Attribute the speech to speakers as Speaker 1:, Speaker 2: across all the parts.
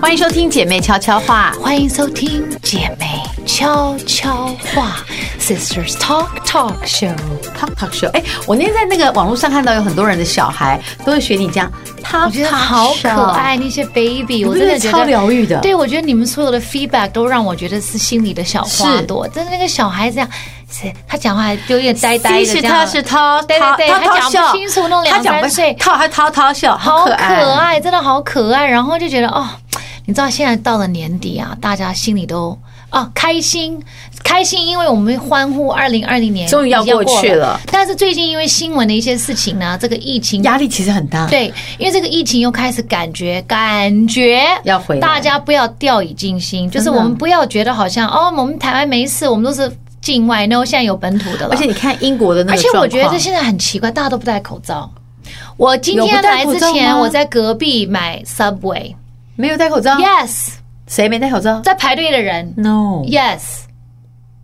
Speaker 1: 欢迎收听姐妹悄悄话，
Speaker 2: 欢迎收听姐妹悄悄话 Sisters Talk Talk Show。
Speaker 1: Talk Talk Show。哎，我那天在那个网络上看到有很多人的小孩都会学你这样
Speaker 2: 我
Speaker 1: Talk
Speaker 2: 觉
Speaker 1: Talk
Speaker 2: 得好可
Speaker 1: Show
Speaker 2: 爱，那些 baby，我
Speaker 1: 不觉
Speaker 2: 真的
Speaker 1: 得
Speaker 2: 觉得
Speaker 1: 超疗愈啊的
Speaker 2: 对，我觉得你们所有的 feedback 都让我觉得是心里的小花
Speaker 1: 是
Speaker 2: 朵。但是那个小孩这样，是他讲话还有点呆呆的，
Speaker 1: 其
Speaker 2: 这
Speaker 1: 实
Speaker 2: 样
Speaker 1: 他是涛
Speaker 2: 对
Speaker 1: 涛
Speaker 2: 对对，
Speaker 1: 涛
Speaker 2: 他
Speaker 1: 涛
Speaker 2: 讲不
Speaker 1: 笑，
Speaker 2: 清楚，那种
Speaker 1: 他
Speaker 2: 两
Speaker 1: 讲不
Speaker 2: 三岁，
Speaker 1: 涛还涛涛笑，
Speaker 2: 好
Speaker 1: 可爱，
Speaker 2: 可爱，真的好可爱。然后就觉得哦，你知道现在到了年底啊，大家心里都啊开心，开心，因为我们欢呼二零二零年
Speaker 1: 终于要
Speaker 2: 已经
Speaker 1: 过去了。
Speaker 2: 但是最近因为新闻的一些事情呢，这个疫情
Speaker 1: 压力其实很大。，
Speaker 2: 对，因为这个疫情又开始感觉感觉
Speaker 1: 要回来
Speaker 2: 大家不要掉以轻心，就是
Speaker 1: 真的
Speaker 2: 我们不要觉得好像哦，我们台湾没事，我们都是境外，no，现在有本土的了。
Speaker 1: 而且你看英国的那
Speaker 2: 而
Speaker 1: 个
Speaker 2: 且
Speaker 1: 状况，
Speaker 2: 我觉得现在很奇怪，大家都不戴口罩。我今
Speaker 1: 有
Speaker 2: 天
Speaker 1: 不戴
Speaker 2: 来
Speaker 1: 口
Speaker 2: 之
Speaker 1: 罩
Speaker 2: 前，
Speaker 1: 吗
Speaker 2: 我在隔壁买 Subway，Yes，、
Speaker 1: 没有戴口罩，谁没戴口罩
Speaker 2: 在排队的人
Speaker 1: ？No。
Speaker 2: ，Yes，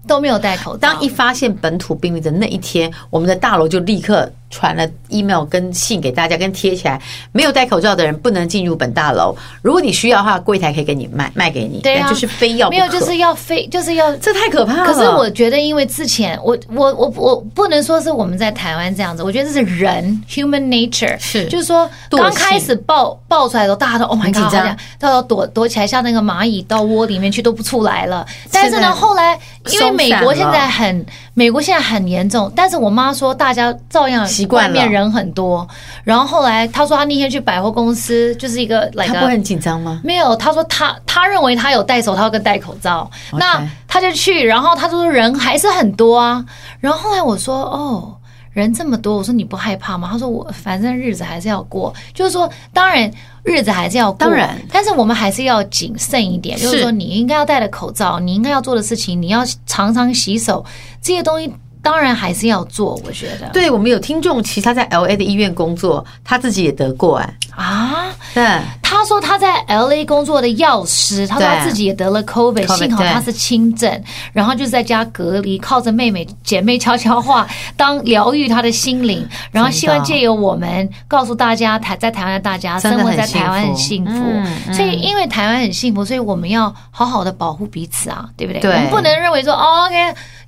Speaker 2: 都没有戴口罩。
Speaker 1: 嗯当一发现本土病例的那一天，我们的大楼就立刻传了 email 跟信给大家，跟贴起来，没有戴口罩的人不能进入本大楼。如果你需要的话，柜台可以给你卖卖给你，
Speaker 2: 对啊
Speaker 1: 但哎就是非要不
Speaker 2: 没
Speaker 1: 可。
Speaker 2: 有就是要非就是要
Speaker 1: 这太可怕了。
Speaker 2: 可是我觉得，因为之前我我我我不能说是我们在台湾这样子，我觉得这是人 human nature，
Speaker 1: 是
Speaker 2: 就是说
Speaker 1: 惰性
Speaker 2: 刚开始爆爆出来的时候，大家都 oh my
Speaker 1: 很
Speaker 2: god，
Speaker 1: 紧
Speaker 2: 好
Speaker 1: 张
Speaker 2: 像到时候躲躲起来，像那个蚂蚁到窝里面去都不出来了。但是
Speaker 1: 现在
Speaker 2: 呢，后来因为
Speaker 1: 松
Speaker 2: 美
Speaker 1: 散
Speaker 2: 国
Speaker 1: 了
Speaker 2: 现在很美国现在很严重，但是我妈说大家照样
Speaker 1: 习惯了
Speaker 2: 外面人很多。然后后来她说她那天去百货公司，就是一个 like
Speaker 1: 他
Speaker 2: a-
Speaker 1: 不会很紧张吗？
Speaker 2: 没有，他说他他认为他有戴手套跟戴口罩那他就去，然后他就说人还是很多啊。然后后来我说哦，人这么多，我说你不害怕吗？他说我反正日子还是要过，就是说当然日子还是要过，
Speaker 1: 当然，
Speaker 2: 但是我们还是要谨慎一点，就是是说你应该要戴的口罩，你应该要做的事情，你要常常洗手，这些东西当然还是要做，我觉得
Speaker 1: 对我们有听众，其实他在 L A 的医院工作，他自己也得过哎、
Speaker 2: 啊。
Speaker 1: 对。
Speaker 2: 他说他在 L A 工作的药师，他说他
Speaker 1: 对
Speaker 2: 自己也得了 COVID，
Speaker 1: COVID，
Speaker 2: 幸好他
Speaker 1: 对
Speaker 2: 是轻症，然后就是在家隔离，靠着妹妹姐妹悄悄话当疗愈他的心
Speaker 1: 嗯
Speaker 2: 灵，然后希望借由我们告诉大家台在台湾的大家，
Speaker 1: 真
Speaker 2: 生
Speaker 1: 的
Speaker 2: 活
Speaker 1: 很
Speaker 2: 在台湾很幸福
Speaker 1: 幸福嗯，嗯
Speaker 2: 所以因为台湾很幸福，所以我们要好好的保护彼此啊，对不对？
Speaker 1: 对
Speaker 2: 我们不能认为说哦，OK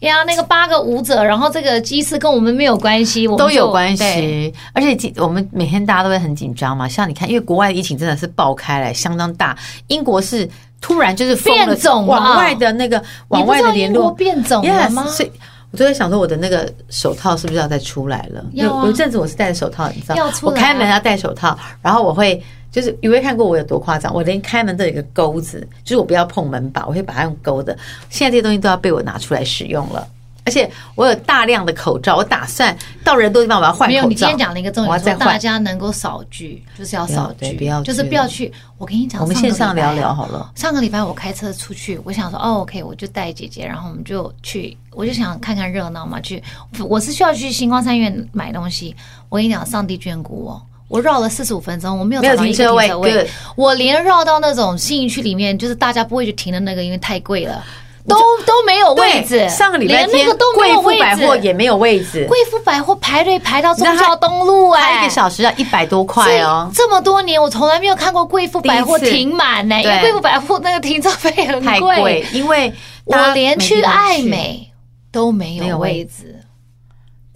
Speaker 2: 呀，那个八个舞者，然后这个机师跟我们没有关系，我们
Speaker 1: 都有
Speaker 2: 就
Speaker 1: 关。
Speaker 2: 对
Speaker 1: 系，而且紧我们每天大家都会很紧张嘛。像你看，因为国外的疫情真的是爆开来，相当大。英国是突然就是封了
Speaker 2: 变种了
Speaker 1: 往外的那个
Speaker 2: 你
Speaker 1: 往
Speaker 2: 不
Speaker 1: 外
Speaker 2: 知
Speaker 1: 的
Speaker 2: 道
Speaker 1: 联
Speaker 2: 英国
Speaker 1: 络
Speaker 2: 变种了吗
Speaker 1: Yes，所以我都在想说，我的那个手套是不是要再出来了？
Speaker 2: 要啊
Speaker 1: 有有一阵子我是戴着手套，你知道，
Speaker 2: 要出
Speaker 1: 我
Speaker 2: 来啊
Speaker 1: 开门要戴手套，然后我会。就是有没有看过我有多夸张？我连开门都有一个钩子，就是我不要碰门把，我会把它用钩的。现在这些东西都要被我拿出来使用了，而且我有大量的口罩，我打算到人多的地方我要换口罩。
Speaker 2: 没有，你今天讲了一个重
Speaker 1: 我要
Speaker 2: 点，说
Speaker 1: 再
Speaker 2: 大
Speaker 1: 换。
Speaker 2: 家能够少聚，就是要少
Speaker 1: 不要
Speaker 2: 聚，
Speaker 1: 对不要聚
Speaker 2: 就是不要去。我跟你讲，
Speaker 1: 我们
Speaker 2: 上个
Speaker 1: 线上
Speaker 2: 礼拜啊
Speaker 1: 聊聊好了。
Speaker 2: 上个礼拜我开车出去，我想说，哦，OK，我就带姐姐，然后我们就去，我就想看看热闹嘛。去，我是需要去星光三院买东西。我跟你讲，上帝眷顾我。我绕了四十五分钟，我没有
Speaker 1: 没有
Speaker 2: 找到一个
Speaker 1: 停车
Speaker 2: 停
Speaker 1: 位
Speaker 2: 车
Speaker 1: good
Speaker 2: 位，我连绕到那种信义区里面，就是大家不会去停的那个，因为太贵了，都都没有位置。
Speaker 1: 对，上个礼拜
Speaker 2: 连那
Speaker 1: 天
Speaker 2: 个都没
Speaker 1: 贵
Speaker 2: 有
Speaker 1: 妇
Speaker 2: 位置，
Speaker 1: 百货也没有位置，
Speaker 2: 贵妇百货排队排到中
Speaker 1: 那还
Speaker 2: 孝东路哎、
Speaker 1: 它一个小时要一百多块哦。
Speaker 2: 这这么多年，我从来没有看过贵妇百货
Speaker 1: 第一次
Speaker 2: 停满呢、因为
Speaker 1: 对
Speaker 2: 贵妇百货那个停车费很
Speaker 1: 太贵，因为大家
Speaker 2: 我连
Speaker 1: 没
Speaker 2: 去
Speaker 1: 地方
Speaker 2: 爱美都没
Speaker 1: 没
Speaker 2: 有
Speaker 1: 有
Speaker 2: 位
Speaker 1: 位
Speaker 2: 置。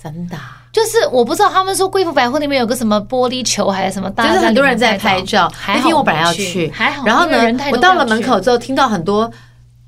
Speaker 1: 真的啊、
Speaker 2: 就是我不知道他们说贵妇百货里面有个什么玻璃球还是什么，大
Speaker 1: 就
Speaker 2: 家
Speaker 1: 是
Speaker 2: 在
Speaker 1: 很
Speaker 2: 里
Speaker 1: 多
Speaker 2: 面
Speaker 1: 人在拍照。
Speaker 2: 还
Speaker 1: 那
Speaker 2: 好
Speaker 1: 天我本来要
Speaker 2: 没
Speaker 1: 去，
Speaker 2: 还好。
Speaker 1: 然后
Speaker 2: 因为人
Speaker 1: 呢
Speaker 2: 太，
Speaker 1: 我
Speaker 2: 多
Speaker 1: 到了
Speaker 2: 不要
Speaker 1: 门
Speaker 2: 去
Speaker 1: 口，之后，听到很多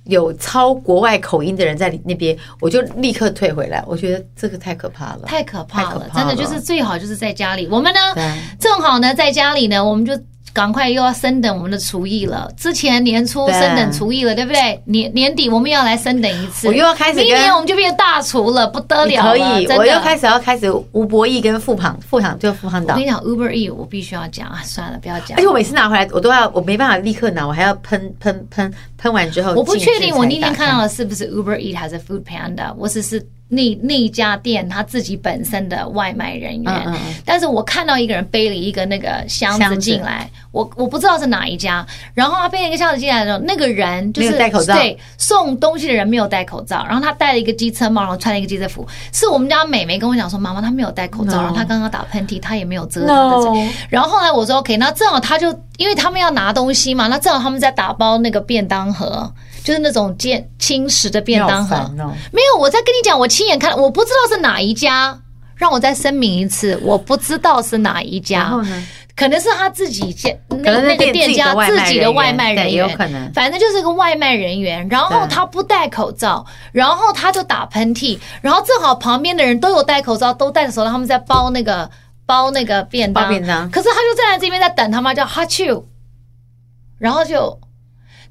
Speaker 1: 有操国外口音的人在里那边，我就立刻退回来。我觉得这个太可怕了，
Speaker 2: 太可怕
Speaker 1: 太可
Speaker 2: 了，
Speaker 1: 怕
Speaker 2: 真的
Speaker 1: 了
Speaker 2: 就是最好就是在家里。我们呢
Speaker 1: 对，
Speaker 2: 正好呢在家里呢，我们就。赶快又要升等我们的厨艺了。之前年初
Speaker 1: 对
Speaker 2: 升等厨艺了，对不对？年年底我们要来升等一次，
Speaker 1: 我又要开始跟
Speaker 2: 明年我们就变大厨了，不得
Speaker 1: 你
Speaker 2: 了
Speaker 1: 可
Speaker 2: 了
Speaker 1: 以，
Speaker 2: 真的
Speaker 1: 我又开始要开始吴博义跟副旁副旁就副旁
Speaker 2: 我
Speaker 1: 党
Speaker 2: 跟。你讲，Uber E 我必须要讲啊，算了，不要讲
Speaker 1: 而且。我每次拿回来，我都要，我没办法立刻拿，我还要喷喷喷喷完之后。
Speaker 2: 我不确定我那天看到
Speaker 1: 了，
Speaker 2: 的是不是 Uber Eat 还是 Food Panda，我只是那那一家店他自己本身的外卖人员。
Speaker 1: 嗯嗯嗯
Speaker 2: 但是我看到一个人背了一个那个箱子
Speaker 1: 箱子
Speaker 2: 进来，我我不知道是哪一家。然后他背了一个箱子进来的时候，那个人就是
Speaker 1: 没有戴口罩
Speaker 2: 对，送东西的人没有戴口罩，然后他戴了一个机车帽，然后穿了一个机车服。是我们家美眉跟我讲说，妈妈她没有戴口罩，
Speaker 1: No
Speaker 2: 然后她刚刚打喷嚏，她也没有遮她的嘴。
Speaker 1: No
Speaker 2: 然后后来我说 OK，那正好他就因为他们要拿东西嘛，那正好他们在打包那个便当盒，就是那种煎轻食的便当盒。
Speaker 1: 你好烦哦
Speaker 2: 没有，我在跟你讲，我亲眼看，我不知道是哪一家。让我再声明一次，我不知道是哪一家。
Speaker 1: 然后呢？
Speaker 2: 可能是他自己店，那
Speaker 1: 可能是
Speaker 2: 那
Speaker 1: 店
Speaker 2: 个店家
Speaker 1: 自己的外卖人员
Speaker 2: 自己的外卖人
Speaker 1: 对
Speaker 2: 员，
Speaker 1: 有可能
Speaker 2: 反正就是个外卖人员。然后
Speaker 1: 对
Speaker 2: 他不戴口罩，然后他就打喷嚏，然后正好旁边的人都有戴口罩，都戴着手套，他们在包那个包那个便当，
Speaker 1: 包便当
Speaker 2: 可是他就站在这边在等他妈叫哈啾，然后就。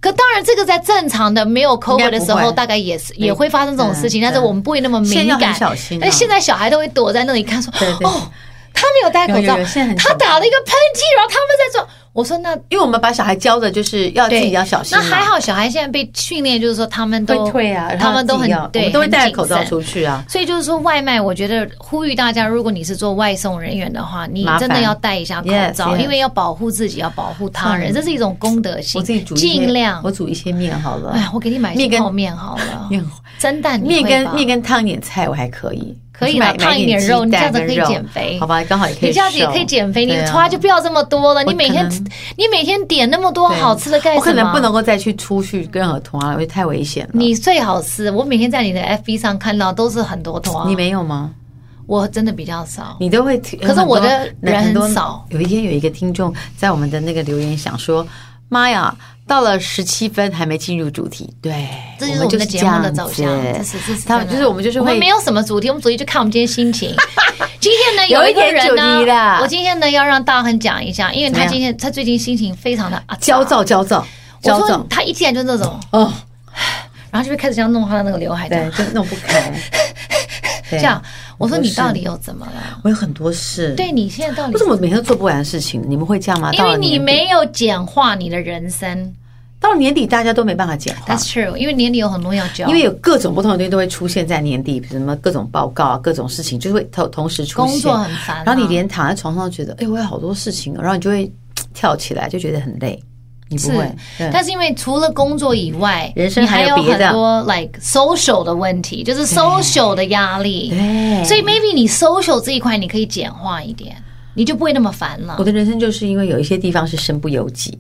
Speaker 2: 可当然，这个在正常的没有 COVID 的时
Speaker 1: 应该不
Speaker 2: 候，
Speaker 1: 会
Speaker 2: 大概也是也会发生这种事情，
Speaker 1: 嗯
Speaker 2: 但是我们不会那么敏
Speaker 1: 现在要
Speaker 2: 感。
Speaker 1: 很小心啊
Speaker 2: 但现在小孩都会躲在那里看说，
Speaker 1: 对对
Speaker 2: 哦，他没有戴口
Speaker 1: 有
Speaker 2: 罩
Speaker 1: 有有现在，很
Speaker 2: 他
Speaker 1: 小
Speaker 2: 打了一个喷嚏，然后他们在做。我说那
Speaker 1: 因为我们把小孩教的就是要自
Speaker 2: 对，
Speaker 1: 己要小心
Speaker 2: 那
Speaker 1: 嘛，
Speaker 2: 还好，小孩现在被训练，就是说他们都
Speaker 1: 会退啊，
Speaker 2: 他们都
Speaker 1: 然后自
Speaker 2: 很
Speaker 1: 己要我
Speaker 2: 对，
Speaker 1: 们都会
Speaker 2: 很
Speaker 1: 戴
Speaker 2: 谨
Speaker 1: 口罩
Speaker 2: 慎
Speaker 1: 出去啊。
Speaker 2: 所以就是说，外卖，我觉得呼吁大家，如果你是做外送人员的话，你
Speaker 1: 麻烦
Speaker 2: 真的要戴一下口
Speaker 1: Yes,
Speaker 2: 罩，
Speaker 1: yes
Speaker 2: 因为要保护自己，要保护他
Speaker 1: 嗯
Speaker 2: 人，这是一种公德
Speaker 1: 我
Speaker 2: 心。
Speaker 1: 自己煮一些
Speaker 2: 尽量
Speaker 1: 我。煮一些面好了
Speaker 2: 哎，呀，我给你买一
Speaker 1: 面
Speaker 2: 些
Speaker 1: 跟
Speaker 2: 泡面好了，
Speaker 1: 面
Speaker 2: 蒸蛋你
Speaker 1: 面
Speaker 2: 会
Speaker 1: 跟
Speaker 2: 吧
Speaker 1: 面跟烫一点菜我还可以，
Speaker 2: 可以啦
Speaker 1: 买
Speaker 2: 烫一点
Speaker 1: 买
Speaker 2: 肉
Speaker 1: 鸡
Speaker 2: 你这样
Speaker 1: 蛋
Speaker 2: 子
Speaker 1: 跟
Speaker 2: 可以
Speaker 1: 肉
Speaker 2: 减肥
Speaker 1: 好吧？刚好也可以，
Speaker 2: 你这样子也可以减肥，你
Speaker 1: 对啊
Speaker 2: 的花就不要这么多了。你每天
Speaker 1: 我可能
Speaker 2: 你每天点那么多
Speaker 1: 对
Speaker 2: 好吃的干什么？
Speaker 1: 我可能不能够再去出去跟任何同行，因为太危险了。
Speaker 2: 你最好是，我每天在你的 FB 上看到都是很多坨、啊，
Speaker 1: 你没有吗？
Speaker 2: 我真的比较少。
Speaker 1: 你都会听，
Speaker 2: 可是我的人很少
Speaker 1: 多有一天有一个听众在我们的那个留言想说：“妈呀，到了十七分还没进入主题。”对，
Speaker 2: 这就是
Speaker 1: 我
Speaker 2: 我们
Speaker 1: 就
Speaker 2: 的
Speaker 1: 是
Speaker 2: 节目的走
Speaker 1: 这
Speaker 2: 向，
Speaker 1: 样
Speaker 2: 这
Speaker 1: 子
Speaker 2: 是这是
Speaker 1: 他们
Speaker 2: 真的
Speaker 1: 就是我们就是
Speaker 2: 我们
Speaker 1: 会
Speaker 2: 没有什么主题，我们主题就看我们今天心 情。今天呢，
Speaker 1: 有
Speaker 2: 有
Speaker 1: 一
Speaker 2: 个
Speaker 1: 点
Speaker 2: 人
Speaker 1: 主题
Speaker 2: 呢
Speaker 1: 啦，
Speaker 2: 我今天呢要让大亨讲一下，因为
Speaker 1: 怎么
Speaker 2: 他
Speaker 1: 样
Speaker 2: 今天他最近心情非常的啊
Speaker 1: 焦。躁、焦躁、
Speaker 2: 我
Speaker 1: 焦
Speaker 2: 说
Speaker 1: 躁。
Speaker 2: 他一进来就那种，
Speaker 1: 哦，
Speaker 2: 然后就会开始这样弄他的那个刘海，这
Speaker 1: 对
Speaker 2: 样，
Speaker 1: 就弄不 开。
Speaker 2: 哎这
Speaker 1: 对
Speaker 2: 样。我说
Speaker 1: 很多
Speaker 2: 你
Speaker 1: 事
Speaker 2: 到底又怎么了？
Speaker 1: 我有很多事，
Speaker 2: 对，你现在到底
Speaker 1: 为什么每天都做不完的事情？你们会这样吗？
Speaker 2: 因
Speaker 1: 到
Speaker 2: 为
Speaker 1: 了
Speaker 2: 你
Speaker 1: 年底
Speaker 2: 没有简化你的人生。
Speaker 1: 到了年底，大家都没办法讲话
Speaker 2: That's。true，因为年底有很多要交，
Speaker 1: 因为有各种不同的东西都会出现在年底，比如什么各种报告啊，各种事情就会同同时出现。
Speaker 2: 工作很烦啊
Speaker 1: 然后你连躺在床上觉得，哎，我有好多事情哦，然后你就会嘖跳起来，就觉得很累。你不会
Speaker 2: 是，
Speaker 1: 对
Speaker 2: 但是因为除了工作以外，
Speaker 1: 人生
Speaker 2: 你还
Speaker 1: 还有别的
Speaker 2: 很多 like social 的问题，就是 social 的压力。
Speaker 1: 对
Speaker 2: 所以 maybe 你 social 这一块你可以简化一点，你就不会那么烦了
Speaker 1: 我。的人生就是因为有一些地方是身不由己。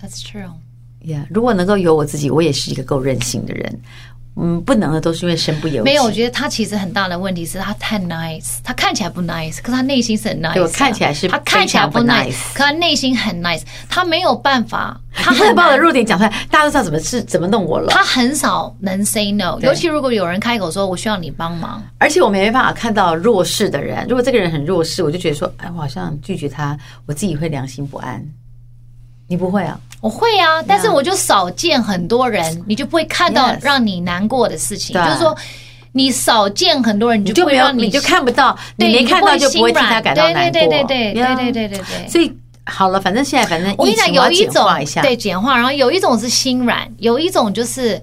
Speaker 2: That's true。
Speaker 1: 呀、如果能够有我自己，我也是一个够任性的人。嗯，不能的都是因为身不由己。
Speaker 2: 没有，我觉得他其实很大的问题是他太 nice，他看起来不 nice，可是他内心是很 nice 的。
Speaker 1: 对我看起来是
Speaker 2: 他看起来不
Speaker 1: 非常不
Speaker 2: nice，可他内心很 nice，他没有办法，他
Speaker 1: 你快
Speaker 2: 很
Speaker 1: 把我的
Speaker 2: 难
Speaker 1: 弱点讲出来，大家都知道怎么是怎么弄我了。
Speaker 2: 他很少能 say no，
Speaker 1: 对
Speaker 2: 尤其如果有人开口说我需要你帮忙，
Speaker 1: 而且我没办法看到弱势的人，如果这个人很弱势，我就觉得说，哎，我好像拒绝他，我自己会良心不安。你不会啊？
Speaker 2: 我会啊，但是我就少见很多人，你就不会看到
Speaker 1: Yes
Speaker 2: 让你难过的事情。
Speaker 1: 对
Speaker 2: 就是说，你少见很多人，你
Speaker 1: 你
Speaker 2: 就
Speaker 1: 就
Speaker 2: 不会
Speaker 1: 没有，
Speaker 2: 让
Speaker 1: 你就
Speaker 2: 心
Speaker 1: 看不到，
Speaker 2: 对
Speaker 1: 你没看到就不会替
Speaker 2: 心
Speaker 1: 他
Speaker 2: 软
Speaker 1: 感到难过。
Speaker 2: 对对对对对
Speaker 1: Yeah
Speaker 2: 对对对对对。
Speaker 1: 所以好了，反正现在反正
Speaker 2: 我跟
Speaker 1: 疫
Speaker 2: 你讲，
Speaker 1: 情我
Speaker 2: 有
Speaker 1: 要
Speaker 2: 一
Speaker 1: 简
Speaker 2: 种
Speaker 1: 化一下，
Speaker 2: 对简化，然后有一种是心软，有一种就是。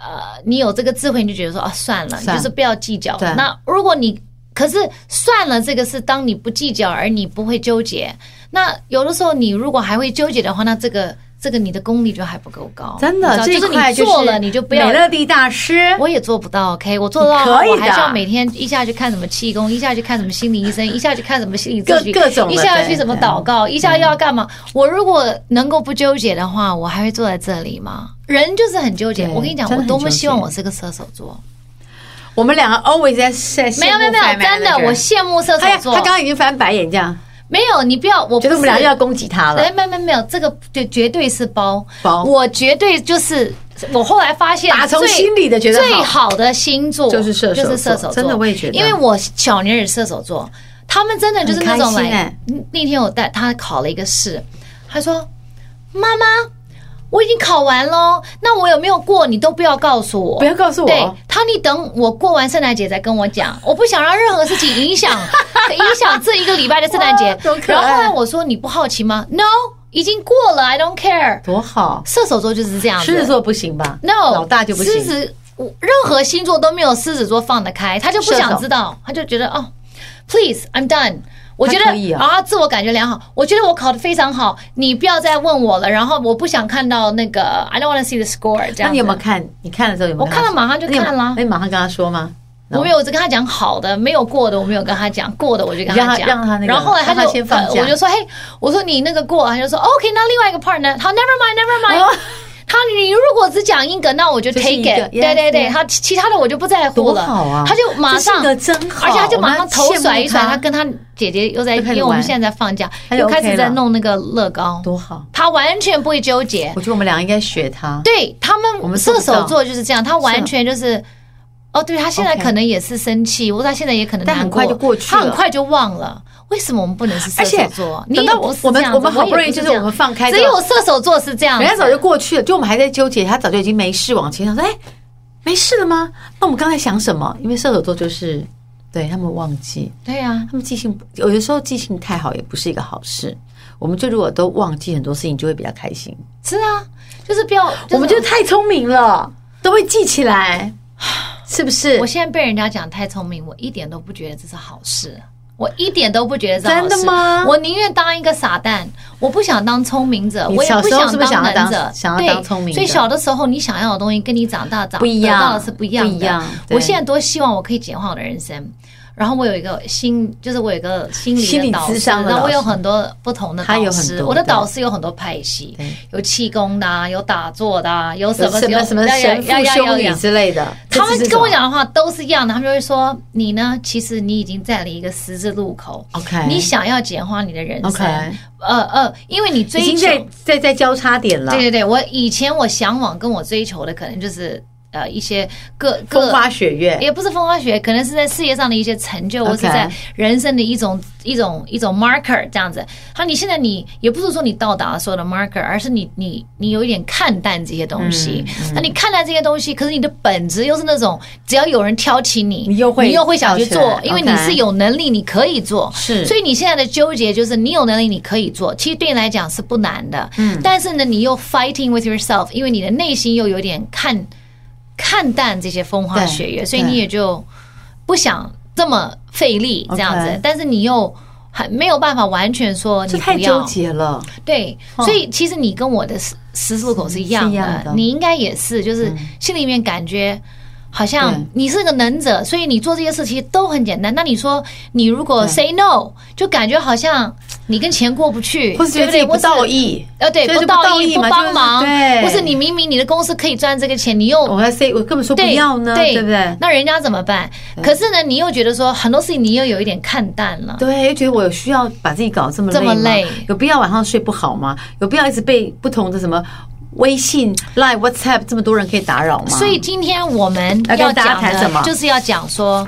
Speaker 2: 呃，你有这个智慧，你就觉得说啊，算了，你
Speaker 1: 算了
Speaker 2: 就是不要计较
Speaker 1: 对。
Speaker 2: 那如果你可是算了，这个是当你不计较而你不会纠结。那有的时候你如果还会纠结的话，那这个这个你的功力就还不够高。
Speaker 1: 真的这一
Speaker 2: 你知道就是
Speaker 1: 块
Speaker 2: 你做了，你就不要
Speaker 1: 美乐蒂大师。
Speaker 2: 我也做不到，OK，我做到
Speaker 1: 你可以的
Speaker 2: 我还是要每天一下去看什么气功，一下去看什么心理医生，一下去看什么心理咨询，
Speaker 1: 各各种的
Speaker 2: 一下去什么
Speaker 1: 对嗯
Speaker 2: 祷告，一下又要干嘛？我如果能够不纠结的话，我还会坐在这里吗？人就是很纠结。
Speaker 1: 对
Speaker 2: 我跟你讲，
Speaker 1: 真
Speaker 2: 我
Speaker 1: 的很
Speaker 2: 多么希望
Speaker 1: 纠结
Speaker 2: 我是个射手座。
Speaker 1: 我们两个 always 在在羡慕
Speaker 2: 没有没有没有，
Speaker 1: Fat
Speaker 2: 真的，
Speaker 1: Manager
Speaker 2: 我羡慕射手
Speaker 1: 他他
Speaker 2: 座
Speaker 1: 刚。刚已经翻白眼这样，
Speaker 2: 没有，你不要，我不
Speaker 1: 觉得我们俩
Speaker 2: 是
Speaker 1: 又要攻击他了
Speaker 2: 哎，。没有没有没有，这个绝绝对是包
Speaker 1: 包
Speaker 2: 我绝对就是我后来发现最，
Speaker 1: 打从心里的觉得好
Speaker 2: 最好的星座
Speaker 1: 就是射手座
Speaker 2: 就是射手座。
Speaker 1: 真的我也觉得
Speaker 2: 因为我小年也是射手座，他们真的就是那种
Speaker 1: 很开心哎
Speaker 2: 来。那天我带他考了一个试，他说：“妈妈，我已经考完喽，那我有没有过你都不要告诉我，
Speaker 1: 不要告诉我
Speaker 2: 对他，你等我过完圣诞节再跟我讲，我不想让任何事情 影响影响这一个礼拜的圣诞节
Speaker 1: 哇多。可爱
Speaker 2: 然后后来我说你不好奇吗？No，已经过了，I don't care。
Speaker 1: 多好，
Speaker 2: 射手座就是这样
Speaker 1: 狮子
Speaker 2: 子
Speaker 1: 座不行吧
Speaker 2: ，No，
Speaker 1: 老大就不
Speaker 2: 狮
Speaker 1: 行。
Speaker 2: 子，我任何星座都没有狮子座放得开，他就不
Speaker 1: 射
Speaker 2: 想
Speaker 1: 手
Speaker 2: 知道，他就觉得哦，Please，I'm done。我觉得
Speaker 1: 他可以啊
Speaker 2: 然后他自我感觉良好，我觉得我考得非常好，你不要再问我了。然后我不想看到那个，I don't want to see the score。这样子，
Speaker 1: 那你有没有看？你看的时候有没有
Speaker 2: 我
Speaker 1: 跟他说？
Speaker 2: 看了马上就看了啊
Speaker 1: 那你那你马上跟他说吗？
Speaker 2: 我没有，我只跟他讲好的，没有过的我没有跟他讲，过的我就跟
Speaker 1: 让
Speaker 2: 他
Speaker 1: 他
Speaker 2: 讲。
Speaker 1: 让他那个
Speaker 2: 然后后来他就呃
Speaker 1: 让他先放假
Speaker 2: 我就说，嘿，我说你那个过，他就说 OK，那另外一个 part 呢？他 Never mind，Never mind。他你如果只讲一个，那我就
Speaker 1: 就是
Speaker 2: take
Speaker 1: 一个
Speaker 2: it。
Speaker 1: yes，
Speaker 2: 对对对，
Speaker 1: yes
Speaker 2: 他其其他的我就不在乎
Speaker 1: 多
Speaker 2: 了。
Speaker 1: 好啊！
Speaker 2: 他就马上
Speaker 1: 这性格真好，
Speaker 2: 而且他就马
Speaker 1: 我
Speaker 2: 上
Speaker 1: 们
Speaker 2: 头
Speaker 1: 羡慕
Speaker 2: 甩一甩，
Speaker 1: 他
Speaker 2: 他跟他姐姐又在，
Speaker 1: 就
Speaker 2: 因
Speaker 1: 开始
Speaker 2: 为我们
Speaker 1: 玩
Speaker 2: 现在在放假，
Speaker 1: 他就
Speaker 2: 又开
Speaker 1: OK
Speaker 2: 始在
Speaker 1: 了
Speaker 2: 弄那个乐高，
Speaker 1: 多好。
Speaker 2: 他完全不会纠结
Speaker 1: 我。觉得我们俩应该学他。
Speaker 2: 对他
Speaker 1: 我
Speaker 2: 们
Speaker 1: 们做
Speaker 2: 射
Speaker 1: 不
Speaker 2: 手
Speaker 1: 到啊
Speaker 2: 座就是这样，他完全就是。哦，对他现在
Speaker 1: OK
Speaker 2: 可能也是生气，或者他现在也可能
Speaker 1: 但
Speaker 2: 难
Speaker 1: 很快就过去
Speaker 2: 他很
Speaker 1: 了
Speaker 2: 快就忘了。为什么我们不能是射
Speaker 1: 而且
Speaker 2: 手座？你
Speaker 1: 等
Speaker 2: 也
Speaker 1: 到
Speaker 2: 不
Speaker 1: 我
Speaker 2: 是
Speaker 1: 我们
Speaker 2: 这样子
Speaker 1: 我们好不容易
Speaker 2: 也是
Speaker 1: 就是
Speaker 2: 这
Speaker 1: 我
Speaker 2: 样
Speaker 1: 们放开
Speaker 2: 只
Speaker 1: 之后
Speaker 2: 有射手座是这样子，
Speaker 1: 人家早就过去了，就我们还在纠结，他早就已经没事往前想说，哎，没事了吗？那我们刚才想什么？因为射手座就是对他们忘记，
Speaker 2: 对啊呀、
Speaker 1: 他们记性有的时候记性太好也不是一个好事。我们就如果都忘记很多事情，就会比较开心。
Speaker 2: 是啊，就是不要，
Speaker 1: 我们就是太聪明了，都会记起来，是不是
Speaker 2: 我？现在被人家讲太聪明，我一点都不觉得这是好事，我一点都不觉得这是好事。
Speaker 1: 真的吗
Speaker 2: 我宁愿当一个傻蛋，我不想当聪明者，
Speaker 1: 你
Speaker 2: 我也
Speaker 1: 小时候
Speaker 2: 想
Speaker 1: 是不是想要
Speaker 2: 能
Speaker 1: 当
Speaker 2: 者，
Speaker 1: 想要
Speaker 2: 对
Speaker 1: 当聪明
Speaker 2: 所以
Speaker 1: 者
Speaker 2: 小的时候你想要的东西跟你长大长
Speaker 1: 不一
Speaker 2: 得到
Speaker 1: 样
Speaker 2: 的是不一样的。
Speaker 1: 不一样对
Speaker 2: 我现在多希望我可以简化我的人生。然后我有一个心，就是我有一个心理
Speaker 1: 心
Speaker 2: 的
Speaker 1: 理
Speaker 2: 导
Speaker 1: 咨
Speaker 2: 师，
Speaker 1: 商的
Speaker 2: 那我
Speaker 1: 老
Speaker 2: 有
Speaker 1: 师
Speaker 2: 很多不同的
Speaker 1: 他
Speaker 2: 导
Speaker 1: 有很
Speaker 2: 师，
Speaker 1: 多
Speaker 2: 我的
Speaker 1: 对
Speaker 2: 导师有很多派系
Speaker 1: 对，
Speaker 2: 有气功的啊，有打坐的啊，有什么
Speaker 1: 什么
Speaker 2: 有
Speaker 1: 什么
Speaker 2: 要要
Speaker 1: 神父
Speaker 2: 要要要
Speaker 1: 修女
Speaker 2: 要
Speaker 1: 之类的，
Speaker 2: 他
Speaker 1: 这是
Speaker 2: 们
Speaker 1: 什
Speaker 2: 跟我
Speaker 1: 么
Speaker 2: 讲的话都是一样的，他们就会说你呢，其实你已经在了一个十字路口
Speaker 1: OK，
Speaker 2: 你想要简化你的人生
Speaker 1: 哎 OK
Speaker 2: 呃呃，因为你
Speaker 1: 已
Speaker 2: 追
Speaker 1: 经
Speaker 2: 求，
Speaker 1: 在在在交叉点了
Speaker 2: 对，对对，我以前我向往跟我追求的可能就是呃一些各
Speaker 1: 风
Speaker 2: 各。
Speaker 1: 花雪月。
Speaker 2: 也不是风花雪，可能是在事业上的一些成就，或是
Speaker 1: OK
Speaker 2: 在人生的一种一种一种 marker 这样子。好，你现在你也不是说你到达了所有的 marker，而是你你你有一点看淡这些东西。
Speaker 1: 嗯
Speaker 2: 那你看淡这些东西，可是你的本质又是那种只要有人挑起你，
Speaker 1: 你又会
Speaker 2: 你又会想去
Speaker 1: 跳起来
Speaker 2: 做，因为你
Speaker 1: OK
Speaker 2: 是有能力，你可以做。
Speaker 1: 是
Speaker 2: 所以你现在的纠结就是你有能力，你可以做，其实对你来讲是不难的。嗯，但是呢，你又 fighting with yourself，因为你的内心又有点看看淡这些风花
Speaker 1: 对
Speaker 2: 雪月，所以
Speaker 1: 对
Speaker 2: 你也就不想这么费力这样子
Speaker 1: OK，
Speaker 2: 但是你又。还没有办法完全说你
Speaker 1: 这
Speaker 2: 不
Speaker 1: 太
Speaker 2: 要
Speaker 1: 纠结了，
Speaker 2: 对，所以其实你跟我的十十字路口是一样
Speaker 1: 是一样
Speaker 2: 的
Speaker 1: 的，嗯
Speaker 2: 你应该也是，就是心里面感觉好像
Speaker 1: 对
Speaker 2: 你是个能者，所以你做这些事其实都很简单。那你说你如果 say no，就感觉好像你跟钱过不去，
Speaker 1: 或是觉
Speaker 2: 对
Speaker 1: 得
Speaker 2: 不
Speaker 1: 自己
Speaker 2: 对？
Speaker 1: 不
Speaker 2: 我
Speaker 1: 道义，
Speaker 2: 呃，对，
Speaker 1: 所以
Speaker 2: 不
Speaker 1: 就不道
Speaker 2: 义
Speaker 1: 义
Speaker 2: 不
Speaker 1: 嘛
Speaker 2: 帮忙，
Speaker 1: 就是对
Speaker 2: 或是你明明你的公司可以赚这个钱，你又
Speaker 1: 我还 say 我根本说不
Speaker 2: 对
Speaker 1: 要呢，
Speaker 2: 对
Speaker 1: 对不对？
Speaker 2: 那人家怎么办？可是呢，你又觉得说很多事情你又有一点看淡了。
Speaker 1: 对，又觉得我有需要把自己搞这么累
Speaker 2: 这么
Speaker 1: 吗？
Speaker 2: 累
Speaker 1: 有必要晚上睡不好吗？有必要一直被不同的什么微信、Line、WhatsApp 这么多人可以打扰吗？
Speaker 2: 所以今天我们
Speaker 1: 要
Speaker 2: 要
Speaker 1: 跟大家
Speaker 2: 讲
Speaker 1: 谈什
Speaker 2: 的
Speaker 1: 么，
Speaker 2: 就是要讲说，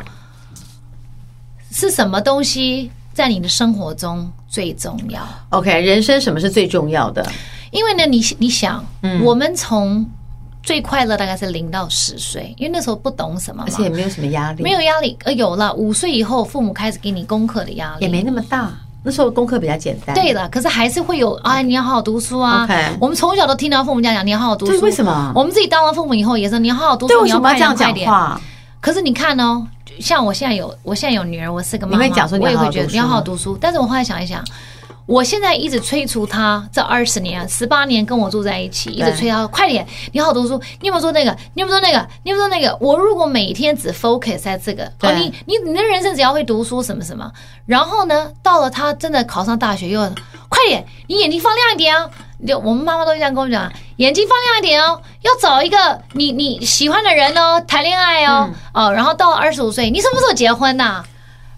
Speaker 2: 是什么东西在你的生活中最重要？
Speaker 1: OK，人生什么是最重要的？
Speaker 2: 因为呢，你你想，
Speaker 1: 嗯
Speaker 2: 我们从最快乐大概是零到十岁，因为那时候不懂什么
Speaker 1: 而且也
Speaker 2: 嘛，
Speaker 1: 没有什么压力，
Speaker 2: 没有压力。呃，有了五岁以后，父母开始给你功课的压力，
Speaker 1: 也没那么大。那时候功课比较简单，
Speaker 2: 对了，可是还是会有啊，你要好好读书啊。
Speaker 1: OK
Speaker 2: 我们从小都听到父母这样讲，你要好好读
Speaker 1: 对
Speaker 2: 书。
Speaker 1: 为什么
Speaker 2: 我们自己当了父母以后也是，你要好好读
Speaker 1: 对，
Speaker 2: 书，
Speaker 1: 为
Speaker 2: 你
Speaker 1: 什
Speaker 2: 要
Speaker 1: 么
Speaker 2: 快
Speaker 1: 要这样
Speaker 2: 点快
Speaker 1: 讲
Speaker 2: 点。
Speaker 1: 话？
Speaker 2: 可是你看哦，像我现在有，我现在有女儿，我是个妈妈，
Speaker 1: 你会讲说你
Speaker 2: 我
Speaker 1: 要
Speaker 2: 也
Speaker 1: 好好
Speaker 2: 会觉得
Speaker 1: 读
Speaker 2: 你要
Speaker 1: 书
Speaker 2: 好好读书。但是我后来想一想，我现在一直催促她，这二十年、十八年跟我住在一起，一直
Speaker 1: 对
Speaker 2: 催她快点，你好好读书，你有没有做那个？你有没有做那个？你有没有做那个？我如果每天只 focus 在这个，哦
Speaker 1: 对，
Speaker 2: 你你你的人生只要会读书什么什么，然后呢，到了她真的考上大学又快点，你眼睛放亮一点啊！就我们妈妈都这样跟我讲，眼睛放亮一点哦，要找一个你你喜欢的人哦，谈恋爱哦，
Speaker 1: 嗯
Speaker 2: 哦，然后到二十五岁，你什么时候结婚呐、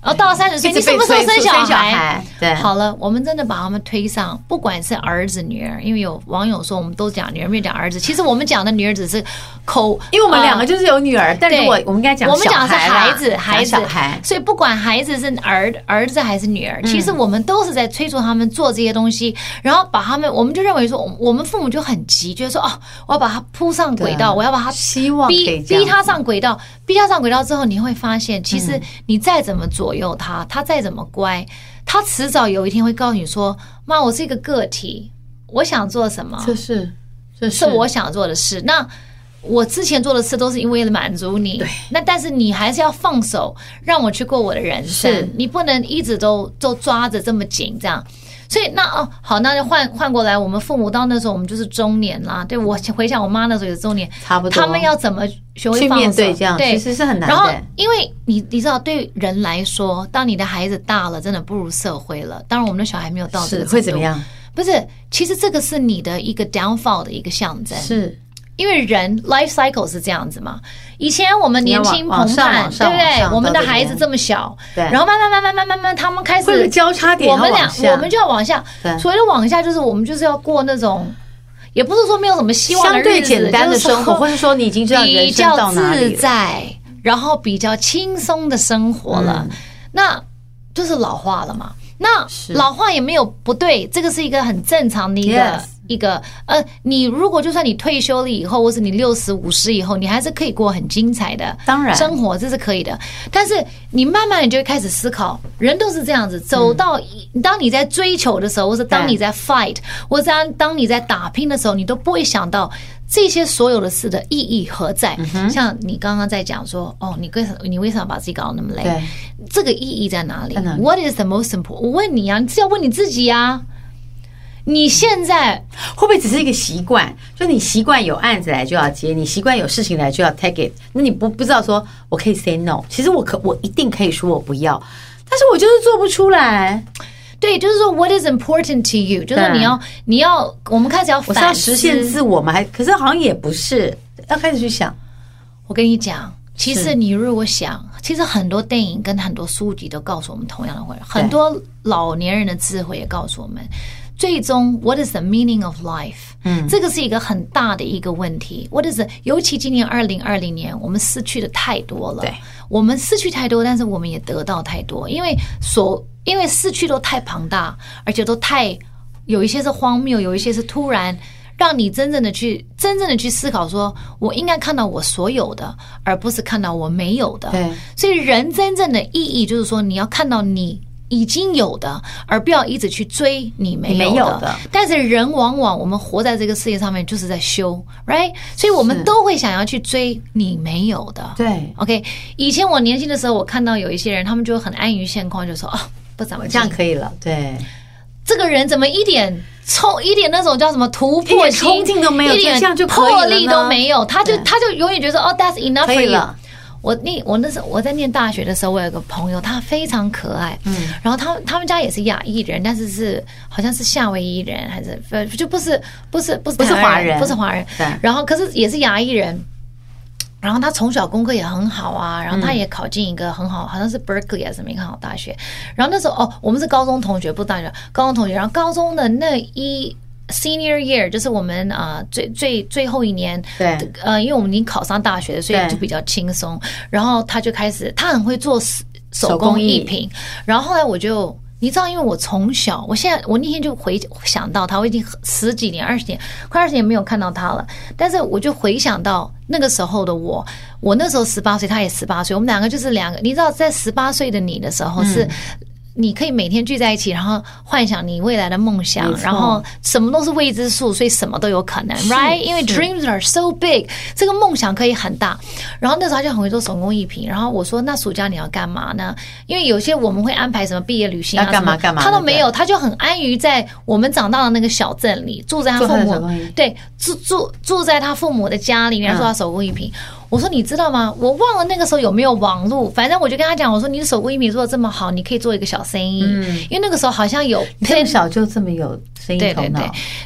Speaker 2: 然后到三十岁，
Speaker 1: 一直
Speaker 2: 你
Speaker 1: 嗯
Speaker 2: 什
Speaker 1: 被
Speaker 2: 么时候
Speaker 1: 催促
Speaker 2: 小
Speaker 1: 生小孩对
Speaker 2: 好了，我们真的把他们推上，不管是儿子女儿，因为有网友说我们都讲女儿，没有讲儿子，其实我们讲的女儿只是口，
Speaker 1: 因为我们
Speaker 2: 呃
Speaker 1: 两个就是有女儿，但
Speaker 2: 对
Speaker 1: 如果我们应该讲
Speaker 2: 我们
Speaker 1: 小
Speaker 2: 讲的是
Speaker 1: 孩啦
Speaker 2: 孩子，孩子，
Speaker 1: 讲小孩，嗯
Speaker 2: 所以不管孩子是儿儿子还是女儿，其实我们都是在催促他们做这些东西，然后把他们，我们就认为说，我我们父母就很急，觉得说，哦，我要把他铺上轨
Speaker 1: 对
Speaker 2: 道，
Speaker 1: 啊
Speaker 2: 我要把他
Speaker 1: 希望可
Speaker 2: 逼
Speaker 1: 以这
Speaker 2: 逼
Speaker 1: 样嗯
Speaker 2: 他上轨道，逼他上轨道之后，你会发现，其实你再怎么左右他，他再怎么乖，他迟早有一天会告诉你说，妈，我是一个个体，我想做什么，
Speaker 1: 这是这
Speaker 2: 是我想做的事。那我之前做的事都是因为满足你，
Speaker 1: 对
Speaker 2: 那但是你还是要放手，让我去过我的人
Speaker 1: 是
Speaker 2: 生，你不能一直都都抓着这么紧这样。所以那哦好，那就换换过来，我们父母到那时候我们就是中年啦。对我回想我妈那时候也是中年，
Speaker 1: 差不多。
Speaker 2: 他们要怎么学会
Speaker 1: 去
Speaker 2: 放手？啊
Speaker 1: 面对这样，
Speaker 2: 对
Speaker 1: 其，实是很难
Speaker 2: 然后
Speaker 1: 的。，
Speaker 2: 因为你你知道，对人来说，当你的孩子大了，真的步入社会了。当然，我们的小孩没有到这
Speaker 1: 是
Speaker 2: 个
Speaker 1: 会
Speaker 2: 程
Speaker 1: 怎么
Speaker 2: 度？
Speaker 1: 样？
Speaker 2: 不是，其实这个是你的一个 downfall 的一个象征，
Speaker 1: 是
Speaker 2: 因为人 life cycle 是这样子嘛。以前我们年轻
Speaker 1: 你要往
Speaker 2: 澎
Speaker 1: 往上往
Speaker 2: 湃，对
Speaker 1: 上
Speaker 2: 不
Speaker 1: 往
Speaker 2: 对？
Speaker 1: 上
Speaker 2: 我们的
Speaker 1: 到这
Speaker 2: 孩
Speaker 1: 边
Speaker 2: 子这么小，
Speaker 1: 对
Speaker 2: 然后慢慢慢慢慢慢慢慢，他们开
Speaker 1: 会有
Speaker 2: 始
Speaker 1: 交叉点，
Speaker 2: 我们
Speaker 1: 然
Speaker 2: 俩
Speaker 1: 后往下
Speaker 2: 我们就要往下
Speaker 1: 对，
Speaker 2: 所谓的往下就是我们就是要过那种，也不是说没有什么希望的
Speaker 1: 相
Speaker 2: 日子，
Speaker 1: 对简单的
Speaker 2: 就是说
Speaker 1: 生活，或者说你已经知道人
Speaker 2: 比
Speaker 1: 生到
Speaker 2: 较
Speaker 1: 哪
Speaker 2: 自
Speaker 1: 里了，
Speaker 2: 在，然后比较轻松的生活了，那就是老化了嘛。那
Speaker 1: 嗯是
Speaker 2: 老化也没有不对，这个是一个很正常的一个
Speaker 1: Yes
Speaker 2: 一个呃，你如果就算你退休了以后，或是你六十五十以后，你还是可以过很精彩的
Speaker 1: 当然
Speaker 2: 生活，这是可以的。但是你慢慢你就会开始思考，人都是这样子，走到一、当你在追求的时候，或是当
Speaker 1: 对
Speaker 2: 你在 fight，或者当当你在打拼的时候，你都不会想到这些所有的事的意义何在。
Speaker 1: 嗯
Speaker 2: 像你刚刚在讲说，哦，你为什你为什么把自己搞得那么累
Speaker 1: 对？
Speaker 2: 这个意义在哪里
Speaker 1: 在哪里
Speaker 2: ？What is the most important？我问你啊，你是要问你自己啊。你现在
Speaker 1: 会不会只是一个习惯？就你习惯有案子来就要接，你习惯有事情来就要 take it，那你不不知道说我可以 say no，其实我可我一定可以说我不要，但是我就是做不出来，
Speaker 2: 对，就是说，what is important to you？就是
Speaker 1: 对
Speaker 2: 你要，你要，我们开始要
Speaker 1: 我是要
Speaker 2: 反
Speaker 1: 实
Speaker 2: 思
Speaker 1: 现自我吗？还可是好像也不是，要开始去想，
Speaker 2: 我跟你讲，其
Speaker 1: 是
Speaker 2: 实你如果想，其实很多电影跟很多书籍都告诉我们同样的话，很多老年人的智慧也告诉我们，最终 What is the meaning of life？嗯，这个是一个很大的一个问题。What is？the- 尤其今年二零二零年，我们失去的太多了。
Speaker 1: 对，
Speaker 2: 我们失去太多，但是我们也得到太多，因为所因为失去都太庞大，而且都太有一些是荒谬，有一些是突然，让你真正的去真正的去思考说，我应该看到我所有的，而不是看到我没有的。
Speaker 1: 对，
Speaker 2: 所以人真正的意义就是说，你要看到你。已经有的，而不要一直去追你没有的。
Speaker 1: 没有的
Speaker 2: 但是人往往我们活在这个世界上面，就是在修，right？所以我们
Speaker 1: 是
Speaker 2: 都会想要去追你没有的。
Speaker 1: 对，
Speaker 2: OK，以前我年轻的时候，我看到有一些人，他们就很安于现况，就说啊、不怎么
Speaker 1: 这
Speaker 2: 这
Speaker 1: 样
Speaker 2: 样，
Speaker 1: 可以了，对，
Speaker 2: 这个人怎么一点冲一点那种叫什么突破心、
Speaker 1: 一点冲劲都没有
Speaker 2: 一点
Speaker 1: 这样就可以了
Speaker 2: 魄
Speaker 1: 呢
Speaker 2: 力都没有，他就
Speaker 1: 对
Speaker 2: 他就永远觉得哦，that's enough
Speaker 1: 啊可
Speaker 2: for
Speaker 1: 以
Speaker 2: you
Speaker 1: 了。
Speaker 2: 我那我那时候我在念大学的时候，我有个朋友，他非常可爱，嗯，然后他他们家也是亚裔人，但是是好像是夏威夷人，还是呃就不是不是不是
Speaker 1: 不是
Speaker 2: 台湾
Speaker 1: 华人
Speaker 2: 不是华人
Speaker 1: 对，
Speaker 2: 然后可是也是亚裔人。然后他从小功课也很好啊，然后
Speaker 1: 嗯
Speaker 2: 他也考进一个很好，好像是 Berkeley 还是什么一个很好大学。然后那时候哦，我们是高中同学，不是大学，高中同学。然后高中的那一 senior year 就是我们啊、呃最最最后一年，
Speaker 1: 对
Speaker 2: 呃，因为我们已经考上大学了，所以
Speaker 1: 对
Speaker 2: 就比较轻松。然后他就开始，他很会做手手
Speaker 1: 工
Speaker 2: 工
Speaker 1: 艺
Speaker 2: 艺品。然后后来我就。你知道，因为我从小，我现在我那天就回想到他，我已经十几年、二十年，快二十年没有看到他了。但是我就回想到那个时候的我，我那时候十八岁，他也十八岁，我们两个就是两个。你知道，在十八岁的你的时候是。你可以每天聚在一起，然后幻想你未来的梦想
Speaker 1: 没，错
Speaker 2: 然后什么都是未知数，所以什么都有可能，right？因为
Speaker 1: 是
Speaker 2: dreams are so big，这个梦想可以很大。然后那时候他就很会做手工艺品，然后我说那暑假你要干嘛呢？因为有些我们会安排什么毕业旅行啊
Speaker 1: 要干嘛
Speaker 2: 什么
Speaker 1: 干嘛
Speaker 2: 他都
Speaker 1: 对
Speaker 2: 没有，他就很安于在我们长大的那个小镇里，住在他
Speaker 1: 做
Speaker 2: 父
Speaker 1: 他的
Speaker 2: 母
Speaker 1: 手工艺
Speaker 2: 对住住住在他父母的家里面
Speaker 1: 嗯
Speaker 2: 做他手工艺品。我说你知道吗？我忘了那个时候有没有网络，反正我就跟他讲，我说你的手工艺品做的这么好，你可以做一个小生意，因为那个时候好像有
Speaker 1: 嗯你这么小就这么有生意
Speaker 2: 对
Speaker 1: 头
Speaker 2: 对
Speaker 1: 脑，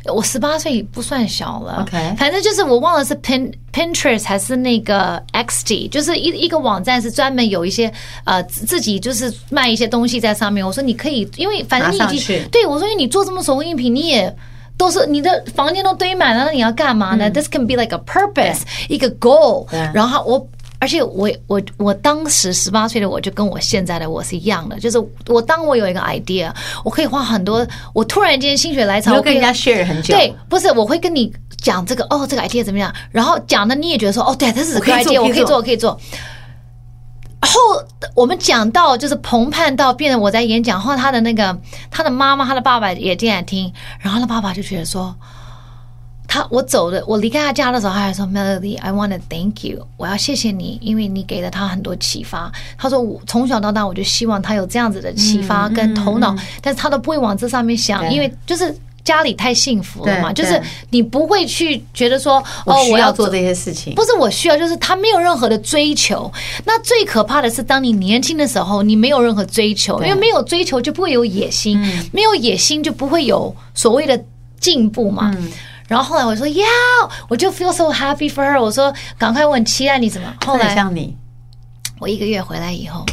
Speaker 2: 对，我十八岁不算小了。
Speaker 1: OK
Speaker 2: 反正就是我忘了是 Pin Pinterest 还是那个 XD，就是一一个网站是专门有一些呃自自己就是卖一些东西在上面。我说你可以，因为反正
Speaker 1: 拿上
Speaker 2: 你已
Speaker 1: 去
Speaker 2: 经对我说，因为你做这么手工艺品，你也。都是你的房间都堆满了，那你要干嘛呢、t h i s can be like a purpose，一个 goal
Speaker 1: 嗯对。
Speaker 2: 然后我，而且我我我当时十八岁的我就跟我现在的我是一样的，就是我当我有一个 idea，我可以花很多，我突然间心血来
Speaker 1: 你
Speaker 2: 潮，
Speaker 1: 要
Speaker 2: 我可
Speaker 1: 跟
Speaker 2: 以
Speaker 1: 人家 share 很久，
Speaker 2: 对，不是，我会跟你讲这个哦，这个 idea 怎么样，然后讲的你也觉得说哦，对，这是
Speaker 1: 我
Speaker 2: 个
Speaker 1: 可以做
Speaker 2: idea，
Speaker 1: 我
Speaker 2: 我
Speaker 1: 可
Speaker 2: 可
Speaker 1: 以
Speaker 2: 以
Speaker 1: 做
Speaker 2: 做，我可以做。后我们讲到就是澎湃到变得我在演讲后，他的那个他的妈妈他的爸爸也进来听，然后他爸爸就觉得说，他我走的，我离开他家的时候，他还说 Melody，I want to thank you，我要谢谢你，因为你给了他很多启发。他说我从小到大，我就希望他有这样子的启发跟头脑，但是他都不会往这上面想，
Speaker 1: 嗯对
Speaker 2: 因为就是。家里太幸福了嘛，
Speaker 1: 对
Speaker 2: 就是
Speaker 1: 对
Speaker 2: 你不会去觉得说哦，
Speaker 1: 需
Speaker 2: 我
Speaker 1: 要
Speaker 2: 要
Speaker 1: 做这些事情，
Speaker 2: 不是我需要，就是他没有任何的追求。那最可怕的是，当你年轻的时候，你没有任何追求，因为没有追求就不会有野心，
Speaker 1: 嗯
Speaker 2: 没有野心就不会有所谓的进步嘛。
Speaker 1: 嗯
Speaker 2: 然后后来我说 Yeah，我就 feel so happy for her。我说赶快，我很期待你怎么。后
Speaker 1: 真的很
Speaker 2: 来
Speaker 1: 像你，
Speaker 2: 我一个月回来以后，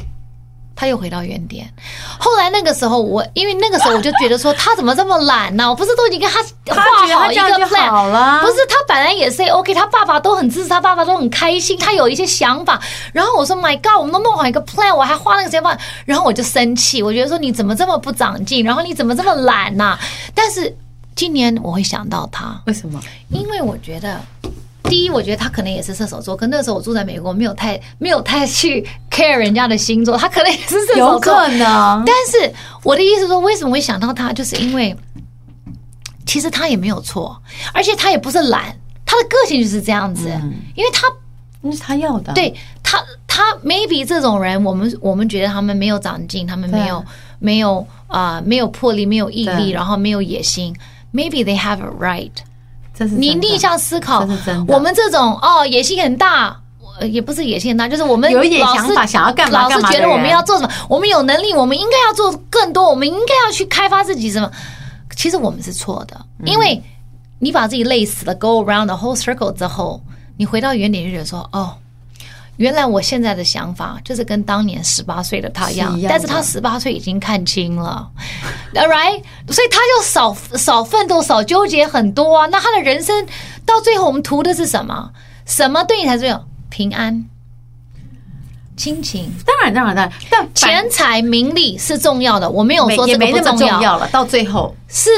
Speaker 2: 他又回到原点。后来那个时候我，因为那个时候我就觉得说他怎么这么懒呢、我不是都已经跟他
Speaker 1: 他觉得
Speaker 2: 画好
Speaker 1: 他
Speaker 2: 一
Speaker 1: 这样
Speaker 2: 个
Speaker 1: 就
Speaker 2: plan，
Speaker 1: 好了
Speaker 2: 不是他本来也是 OK，他爸爸都很支持，他爸爸都很开心，他有一些想法。然后我说 My God，我们都弄好一个 plan，我还花那个时间办。然后我就生气，我觉得说你怎么这么不长进，然后你怎么这么懒呐、但是今年我会想到他，
Speaker 1: 为什么？
Speaker 2: 因为我觉得，第一，我觉得他可能也是射手座，可那时候我住在美国，没有太没有太去 care 人家的星座，他可能也是射手
Speaker 1: 有
Speaker 2: 座
Speaker 1: 可。能，
Speaker 2: 但是我的意思是说，为什么会想到他，就是因为其实他也没有错，而且他也不是懒，他的个性就是这样子，
Speaker 1: 嗯
Speaker 2: 因为他
Speaker 1: 那是他要的啊，
Speaker 2: 对他，他 maybe 这种人，我们我们觉得他们没有长进，他们没有没有啊、没有魄力，没有毅力，
Speaker 1: 对
Speaker 2: 然后没有野心，maybe they have a right。
Speaker 1: 这是
Speaker 2: 你
Speaker 1: 真的
Speaker 2: 逆向思考
Speaker 1: 这是真，的
Speaker 2: 我们这种哦野心很大。呃也不是野心很大，就是我们
Speaker 1: 有一点
Speaker 2: 老是
Speaker 1: 想法想要干嘛
Speaker 2: 老是
Speaker 1: 干嘛的
Speaker 2: 觉得我们
Speaker 1: 人
Speaker 2: 要做什么，我们有能力，我们应该要做更多，我们应该要去开发自己什么。其实我们是错的，
Speaker 1: 嗯
Speaker 2: 因为你把自己累死了，go around the whole circle 之后，你回到原点就觉得说，哦，原来我现在的想法就是跟当年十八岁的他一样，
Speaker 1: 是一样的
Speaker 2: 但是他十八岁已经看清了 ，all right，所以他就少少奋斗、少纠结很多啊。那他的人生到最后，我们图的是什么？什么对你才重要？平安、亲情、
Speaker 1: 当然当然当然，但反
Speaker 2: 钱财、名利是重要的，我没有
Speaker 1: 没
Speaker 2: 说
Speaker 1: 也
Speaker 2: 这个
Speaker 1: 没
Speaker 2: 不
Speaker 1: 那么重
Speaker 2: 重要。
Speaker 1: 要了，到最后
Speaker 2: 是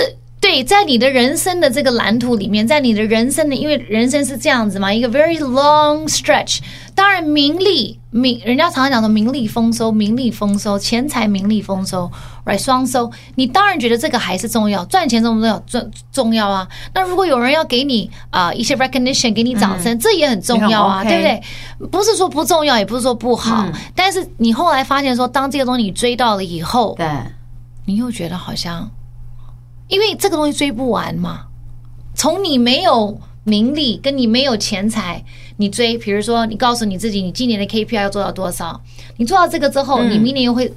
Speaker 2: 对，在你的人生的这个蓝图里面，在你的人生的，因为人生是这样子嘛，一个 very long stretch。当然，名利名，人家常常讲说名利丰收，名利丰收，钱财名利丰收，right 双收。你当然觉得这个还是重要，赚钱重不重要？重重要啊。那如果有人要给你啊、呃一些 recognition，给你掌声，这也很重要啊，
Speaker 1: 嗯也很 OK 嗯
Speaker 2: 对不对？不是说不重要，也不是说不好，但是你后来发现说，当这个东西你追到了以后，
Speaker 1: 对，
Speaker 2: 你又觉得好像，因为这个东西追不完嘛。从你没有名利，跟你没有钱财，你追，比如说你告诉你自己，你今年的 KPI 要做到多少，你做到这个之后，你明年又会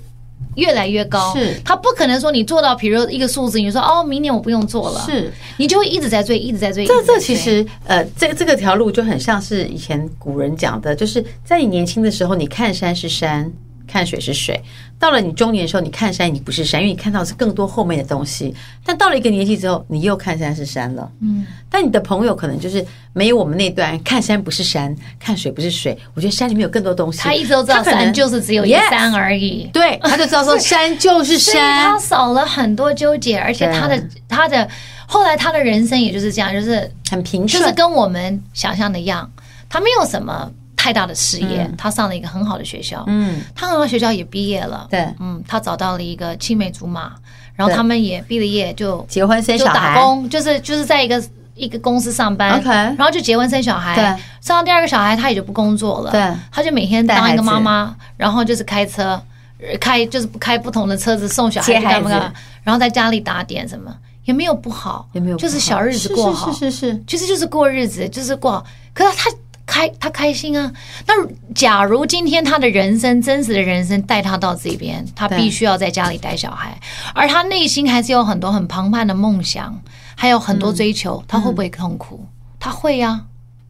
Speaker 2: 越来越高。
Speaker 1: 嗯是
Speaker 2: 他不可能说你做到，比如一个数字，你说哦，明年我不用做了，
Speaker 1: 是。
Speaker 2: 你就会一直在追，一直在追。一
Speaker 1: 这
Speaker 2: 直在
Speaker 1: 这
Speaker 2: 追
Speaker 1: 其实呃，这这个条路就很像是以前古人讲的，就是在你年轻的时候，你看山是山，看水是水；到了你中年的时候，你看山你不是山，因为你看到的是更多后面的东西。但到了一个年纪之后，你又看山是山了。嗯，但你的朋友可能就是没有我们那段看山不是山，看水不是水。我觉得山里面有更多东西。
Speaker 2: 他一直都知道
Speaker 1: 他可能
Speaker 2: 山就是只有一
Speaker 1: Yes 啊
Speaker 2: 山而已。
Speaker 1: 对，他就知道 说山就是
Speaker 2: 所以他
Speaker 1: 山，
Speaker 2: 少了很多纠结，而且他的他的后来他的人生也就是这样，就是
Speaker 1: 很平
Speaker 2: 就
Speaker 1: 顺。
Speaker 2: 是跟我们想象的一样，他没有什么太大的事业，
Speaker 1: 嗯
Speaker 2: 他上了一个很好的学校，嗯，他很好的学校也毕业了，
Speaker 1: 对
Speaker 2: 嗯，他找到了一个青梅竹马，然后
Speaker 1: 对
Speaker 2: 他们也毕了业就
Speaker 1: 结婚生
Speaker 2: 就
Speaker 1: 小
Speaker 2: 打
Speaker 1: 孩，
Speaker 2: 工，就是就是在一个一个公司上班
Speaker 1: OK
Speaker 2: 然后就结婚生小孩，
Speaker 1: 对
Speaker 2: 生到第二个小孩他也就不工作了，
Speaker 1: 对
Speaker 2: 他就每天
Speaker 1: 带
Speaker 2: 当一个
Speaker 1: 孩子
Speaker 2: 妈妈，然后就是开车，呃开就是开不同的车子送小孩
Speaker 1: 接
Speaker 2: 去干
Speaker 1: 孩
Speaker 2: 嘛
Speaker 1: 子
Speaker 2: 干嘛，然后在家里打点什么也没有不好，
Speaker 1: 也没有不
Speaker 2: 就是小日子
Speaker 1: 是
Speaker 2: 过好，
Speaker 1: 是是是是，
Speaker 2: 其实就是过日子，就是过好。可是他开他开心啊。那假如今天他的人生真实的人生带他到这边，他
Speaker 1: 对
Speaker 2: 必须要在家里带小孩，而他内心还是有很多很庞盼的梦想，还有很多追求，他会不会痛苦？他会呀、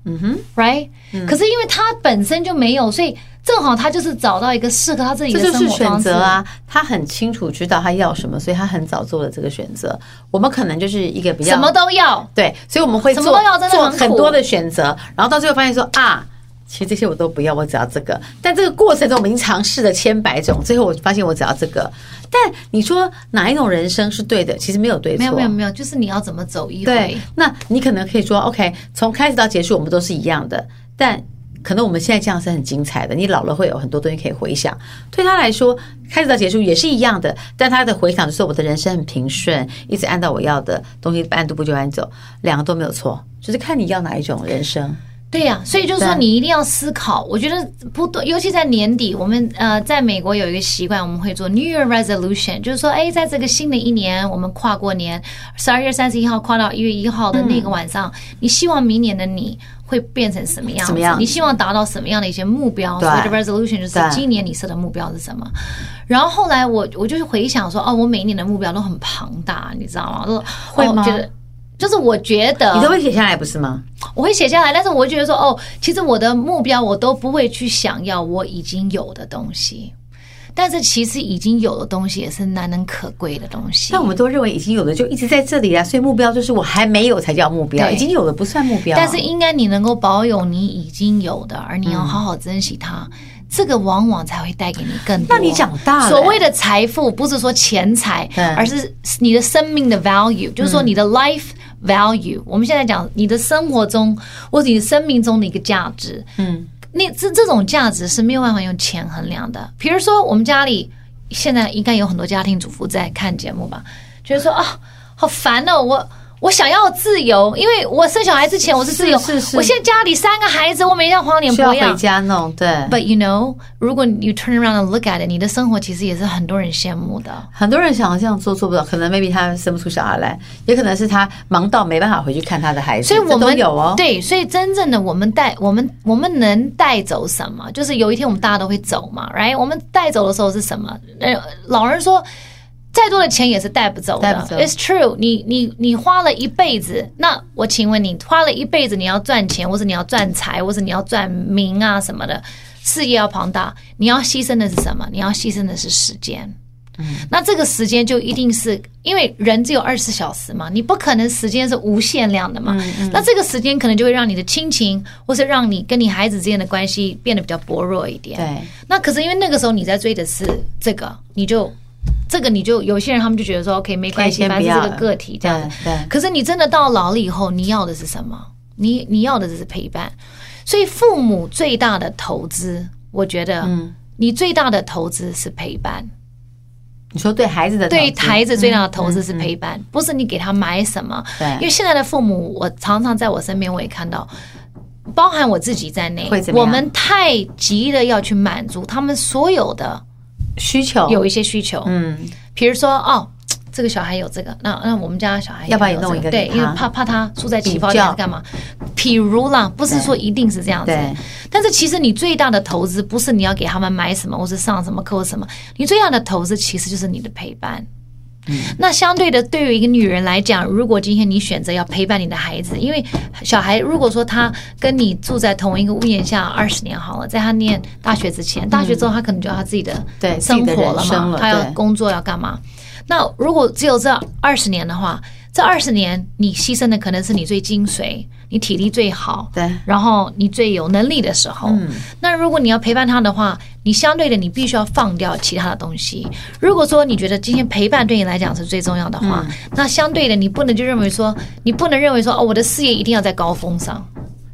Speaker 1: 嗯哼。
Speaker 2: right？、可是因为他本身就没有，所以正好他就是找到一个适合他自己的
Speaker 1: 这就
Speaker 2: 生
Speaker 1: 是
Speaker 2: 活
Speaker 1: 选
Speaker 2: 方式
Speaker 1: 择。啊，他很清楚知道他要什么，所以他很早做了这个选择。我们可能就是一个比较
Speaker 2: 什么都要，
Speaker 1: 对，所以我们会
Speaker 2: 什
Speaker 1: 做
Speaker 2: 么都要真的
Speaker 1: 做
Speaker 2: 很苦
Speaker 1: 很多的选择，然后到最后发现说啊，其实这些我都不要，我只要这个。但这个过程中我们已经尝试了千百种，最后我发现我只要这个。但你说哪一种人生是对的？其实没有对错，
Speaker 2: 没有没有没有，就是你要怎么走一回
Speaker 1: 对。，那你可能可以说，OK，从开始到结束我们都是一样的，但可能我们现在这样是很精彩的，你老了会有很多东西可以回想。对他来说，开始到结束也是一样的，但他的回想就是我的人生很平顺，一直按照我要的东西按部不就班走，两个都没有错，就是看你要哪一种人生。
Speaker 2: 对呀、所以就是说
Speaker 1: 嗯对
Speaker 2: 你一定要思考。我觉得不多，尤其在年底，我们呃在美国有一个习惯，我们会做 New Year Resolution，就是说，哎，在这个新的一年，我们跨过年，十二月三十一号跨到一月一号
Speaker 1: 嗯
Speaker 2: 的那个晚上，你希望明年的你。会变成什么样子？
Speaker 1: 什么样子
Speaker 2: 你希望达到什么样的一些目标？
Speaker 1: 对
Speaker 2: 所谓的 resolution 就是
Speaker 1: 对
Speaker 2: 今年你设的目标是什么？然后后来我我就回想说，哦，我每一年的目标都很庞大，你知道吗？就是
Speaker 1: 会
Speaker 2: 哦
Speaker 1: 吗
Speaker 2: 觉得就是我觉得
Speaker 1: 你都会写下来不是吗？
Speaker 2: 我会写下来，但是我会觉得说，哦，其实我的目标我都不会去想要我已经有的东西，但是其实已经有的东西也是难能可贵的东西
Speaker 1: 但。我们都认为已经有的就一直在这里啊，所以目标就是我还没有才叫目标，
Speaker 2: 对
Speaker 1: 已经有的不算目标。
Speaker 2: 但是应该你能够保有你已经有的，而你要好好珍惜它，这个往往才会带给你更多。
Speaker 1: 嗯那你长大了
Speaker 2: 所谓的财富不是说钱财，
Speaker 1: 嗯
Speaker 2: 而是你的生命的 value，就是说你的 life value。我们现在讲你的生活中或者你生命中的一个价值，嗯，那这这种价值是没有办法用钱衡量的。比如说我们家里现在应该有很多家庭主妇在看节目吧，觉得说啊，好烦哦，我。我想要自由，因为我生小孩之前我是自由，
Speaker 1: 是是是
Speaker 2: 我现在家里三个孩子，我每天像黄脸
Speaker 1: 需要
Speaker 2: 婆一样
Speaker 1: 回，家弄，对，
Speaker 2: But you know，如果 you turn around and look at it，你的生活其实也是很多人羡慕的。
Speaker 1: 很多人想要这样做做不到，可能 maybe 他生不出小孩来，也可能是他忙到没办法回去看他的孩子，
Speaker 2: 所以我
Speaker 1: 这都
Speaker 2: 们
Speaker 1: 有哦，
Speaker 2: 对，所以真正的我们带我们我们能带走什么？就是有一天我们大家都会走嘛，right？我们带走的时候是什么？呃，老人说。再多的钱也是带不走的
Speaker 1: 带不走
Speaker 2: i t s true 你。你你花了一辈子，那我请问你，花了一辈子你要赚钱，或者你要赚财，或者你要赚名啊什么的，事业要庞大，你要牺牲的是什么？你要牺牲的是时间。那这个时间就一定是因为人只有二十四小时嘛，你不可能时间是无限量的嘛。
Speaker 1: 嗯
Speaker 2: 那这个时间可能就会让你的亲情，或是让你跟你孩子之间的关系变得比较薄弱一点。
Speaker 1: 对。
Speaker 2: 那可是因为那个时候你在追的是这个，你就这个你就有些人他们就觉得说 OK 没关
Speaker 1: 可
Speaker 2: 系，
Speaker 1: 以先
Speaker 2: 反
Speaker 1: 不
Speaker 2: 正
Speaker 1: 要
Speaker 2: 是
Speaker 1: 了嗯
Speaker 2: 这个个体这样子。
Speaker 1: 对对
Speaker 2: 可是你真的到老了以后，你要的是什么？你你要的是陪伴。所以父母最大的投资，我觉得，
Speaker 1: 嗯
Speaker 2: 你最大的投资是陪伴。
Speaker 1: 你说对孩子的
Speaker 2: 对
Speaker 1: 投资
Speaker 2: 孩子最大的投资是陪伴，不是你给他买什么。
Speaker 1: 嗯对
Speaker 2: 因为现在的父母，我常常在我身边我也看到，包含我自己在内
Speaker 1: 会，怎么
Speaker 2: 我
Speaker 1: 样
Speaker 2: 们太急的要去满足他们所有的
Speaker 1: 需求，
Speaker 2: 有一些需求，嗯，比如说哦。这个小孩有这个，那那我们家小孩也
Speaker 1: 要不要
Speaker 2: 有
Speaker 1: 也弄
Speaker 2: 这
Speaker 1: 一个
Speaker 2: 对，
Speaker 1: 给
Speaker 2: 因为
Speaker 1: 他
Speaker 2: 怕怕他输在起
Speaker 1: 比
Speaker 2: 跑点是
Speaker 1: 较
Speaker 2: 干嘛？譬如啦，不是说一定是这样子
Speaker 1: 对，
Speaker 2: 但是其实你最大的投资不是你要给他们买什么，或是上什么课或什么，你最大的投资其实就是你的陪伴。那相对的，对于一个女人来讲，如果今天你选择要陪伴你的孩子，因为小孩如果说他跟你住在同一个屋檐下二十年好了，在他念大学之前，大学之后他可能就有他自己的
Speaker 1: 嗯对自
Speaker 2: 生
Speaker 1: 己的
Speaker 2: 活了
Speaker 1: 人
Speaker 2: 嘛，
Speaker 1: 生了
Speaker 2: 他要
Speaker 1: 对
Speaker 2: 工作要干嘛？那如果只有这二十年的话，这二十年你牺牲的可能是你最精髓，你体力最好，
Speaker 1: 对
Speaker 2: 然后你最有能力的时候。
Speaker 1: 嗯
Speaker 2: 那如果你要陪伴他的话，你相对的你必须要放掉其他的东西。如果说你觉得今天陪伴对你来讲是最重要的
Speaker 1: 嗯
Speaker 2: 话，那相对的你不能就认为说，你不能认为说哦，我的事业一定要在高峰上。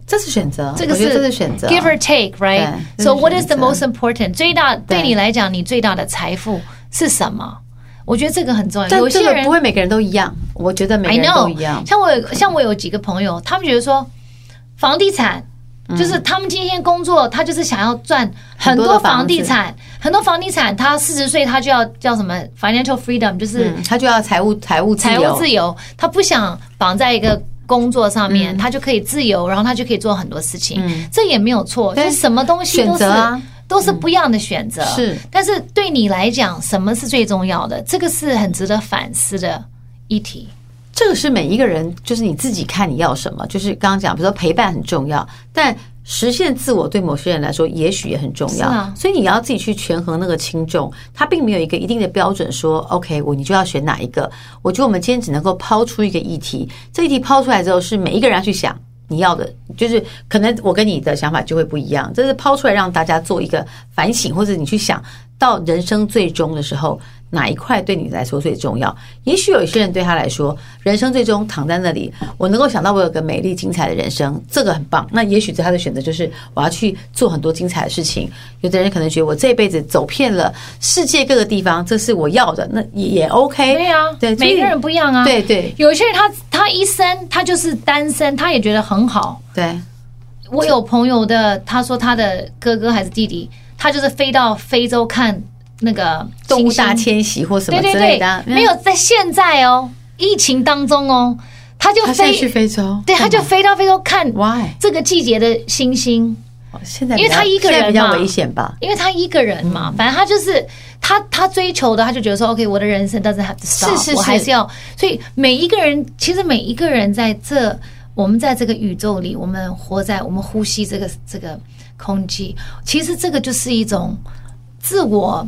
Speaker 1: 这是选择，
Speaker 2: 这个
Speaker 1: 我
Speaker 2: 是
Speaker 1: 觉得这是选择啊
Speaker 2: give or take, right?
Speaker 1: 对这
Speaker 2: So
Speaker 1: 是
Speaker 2: what is
Speaker 1: 选择
Speaker 2: the most important? 最大对
Speaker 1: 对
Speaker 2: 你来讲，你最大的财富是什么？我觉得这个很重要。
Speaker 1: 但
Speaker 2: 有
Speaker 1: 这
Speaker 2: 些
Speaker 1: 个
Speaker 2: 人
Speaker 1: 不会每个人都一样，我觉得每
Speaker 2: I
Speaker 1: 个人都
Speaker 2: know，
Speaker 1: 一样。
Speaker 2: 像我有像我有几个朋友，他们觉得说房地产。
Speaker 1: 嗯
Speaker 2: 就是他们今天工作，他就是想要赚很
Speaker 1: 很多的
Speaker 2: 多
Speaker 1: 房
Speaker 2: 房地
Speaker 1: 子
Speaker 2: 产，很多房地产，他四十岁他就要叫什么 financial freedom，就是
Speaker 1: 嗯，他就要财务财务自
Speaker 2: 财务
Speaker 1: 由，
Speaker 2: 自由，他不想绑在一个工作上
Speaker 1: 嗯
Speaker 2: 面，他就可以自由，然后他就可以做很多事情，这也没有错，就
Speaker 1: 对
Speaker 2: 是什么东西都
Speaker 1: 选
Speaker 2: 是、
Speaker 1: 择啊嗯
Speaker 2: 都是不一样的选择。
Speaker 1: 是，
Speaker 2: 但是对你来讲，什么是最重要的？这个是很值得反思的议题。
Speaker 1: 这个是每一个人，就是你自己看你要什么。就是刚刚讲，比如说陪伴很重要，但实现自我对某些人来说也许也很重要。
Speaker 2: 是啊
Speaker 1: 所以你要自己去权衡那个轻重，它并没有一个一定的标准说 OK，我你就要选哪一个。我觉得我们今天只能够抛出一个议题，这个议题抛出来之后是每一个人要去想。你要的就是可能我跟你的想法就会不一样，这是抛出来让大家做一个反省，或者你去想到人生最终的时候，哪一块对你来说最重要？也许有一些人对他来说，人生最终躺在那里，我能够想到我有个美丽精彩的人生，这个很棒。那也许他的选择就是我要去做很多精彩的事情。有的人可能觉得我这辈子走遍了世界各个地方，这是我要的，那也也 OK。
Speaker 2: 对啊，
Speaker 1: 哎对，所以
Speaker 2: 每个人不一样啊。
Speaker 1: 对对
Speaker 2: 有一些人他他一生他就是单身，他也觉得很好。
Speaker 1: 对，
Speaker 2: 我有朋友的，他说他的哥哥还是弟弟，他就是飞到非洲看那个
Speaker 1: 动物大
Speaker 2: 猩猩
Speaker 1: 迁徙或什么
Speaker 2: 对对
Speaker 1: 之类
Speaker 2: 对
Speaker 1: 的啊，，
Speaker 2: 没有在现在哦，疫情当中哦，他就
Speaker 1: 他现在去
Speaker 2: 飞，
Speaker 1: 非洲，
Speaker 2: 对，他就飞到非洲看
Speaker 1: Why？
Speaker 2: 这个季节的星星，
Speaker 1: 现在
Speaker 2: 因为他
Speaker 1: 比较
Speaker 2: 一个
Speaker 1: 现
Speaker 2: 人
Speaker 1: 在比较
Speaker 2: 嘛
Speaker 1: 危险吧？
Speaker 2: 因为他一个人嘛，
Speaker 1: 嗯
Speaker 2: 反正他就是他他追求的，他就觉得说，OK，我的人生但是还是
Speaker 1: 是是
Speaker 2: 我还是要，所以每一个人，其实每一个人在这，我们在这个宇宙里，我们活在，我们呼吸这个这个空气，其实这个就是一种自我，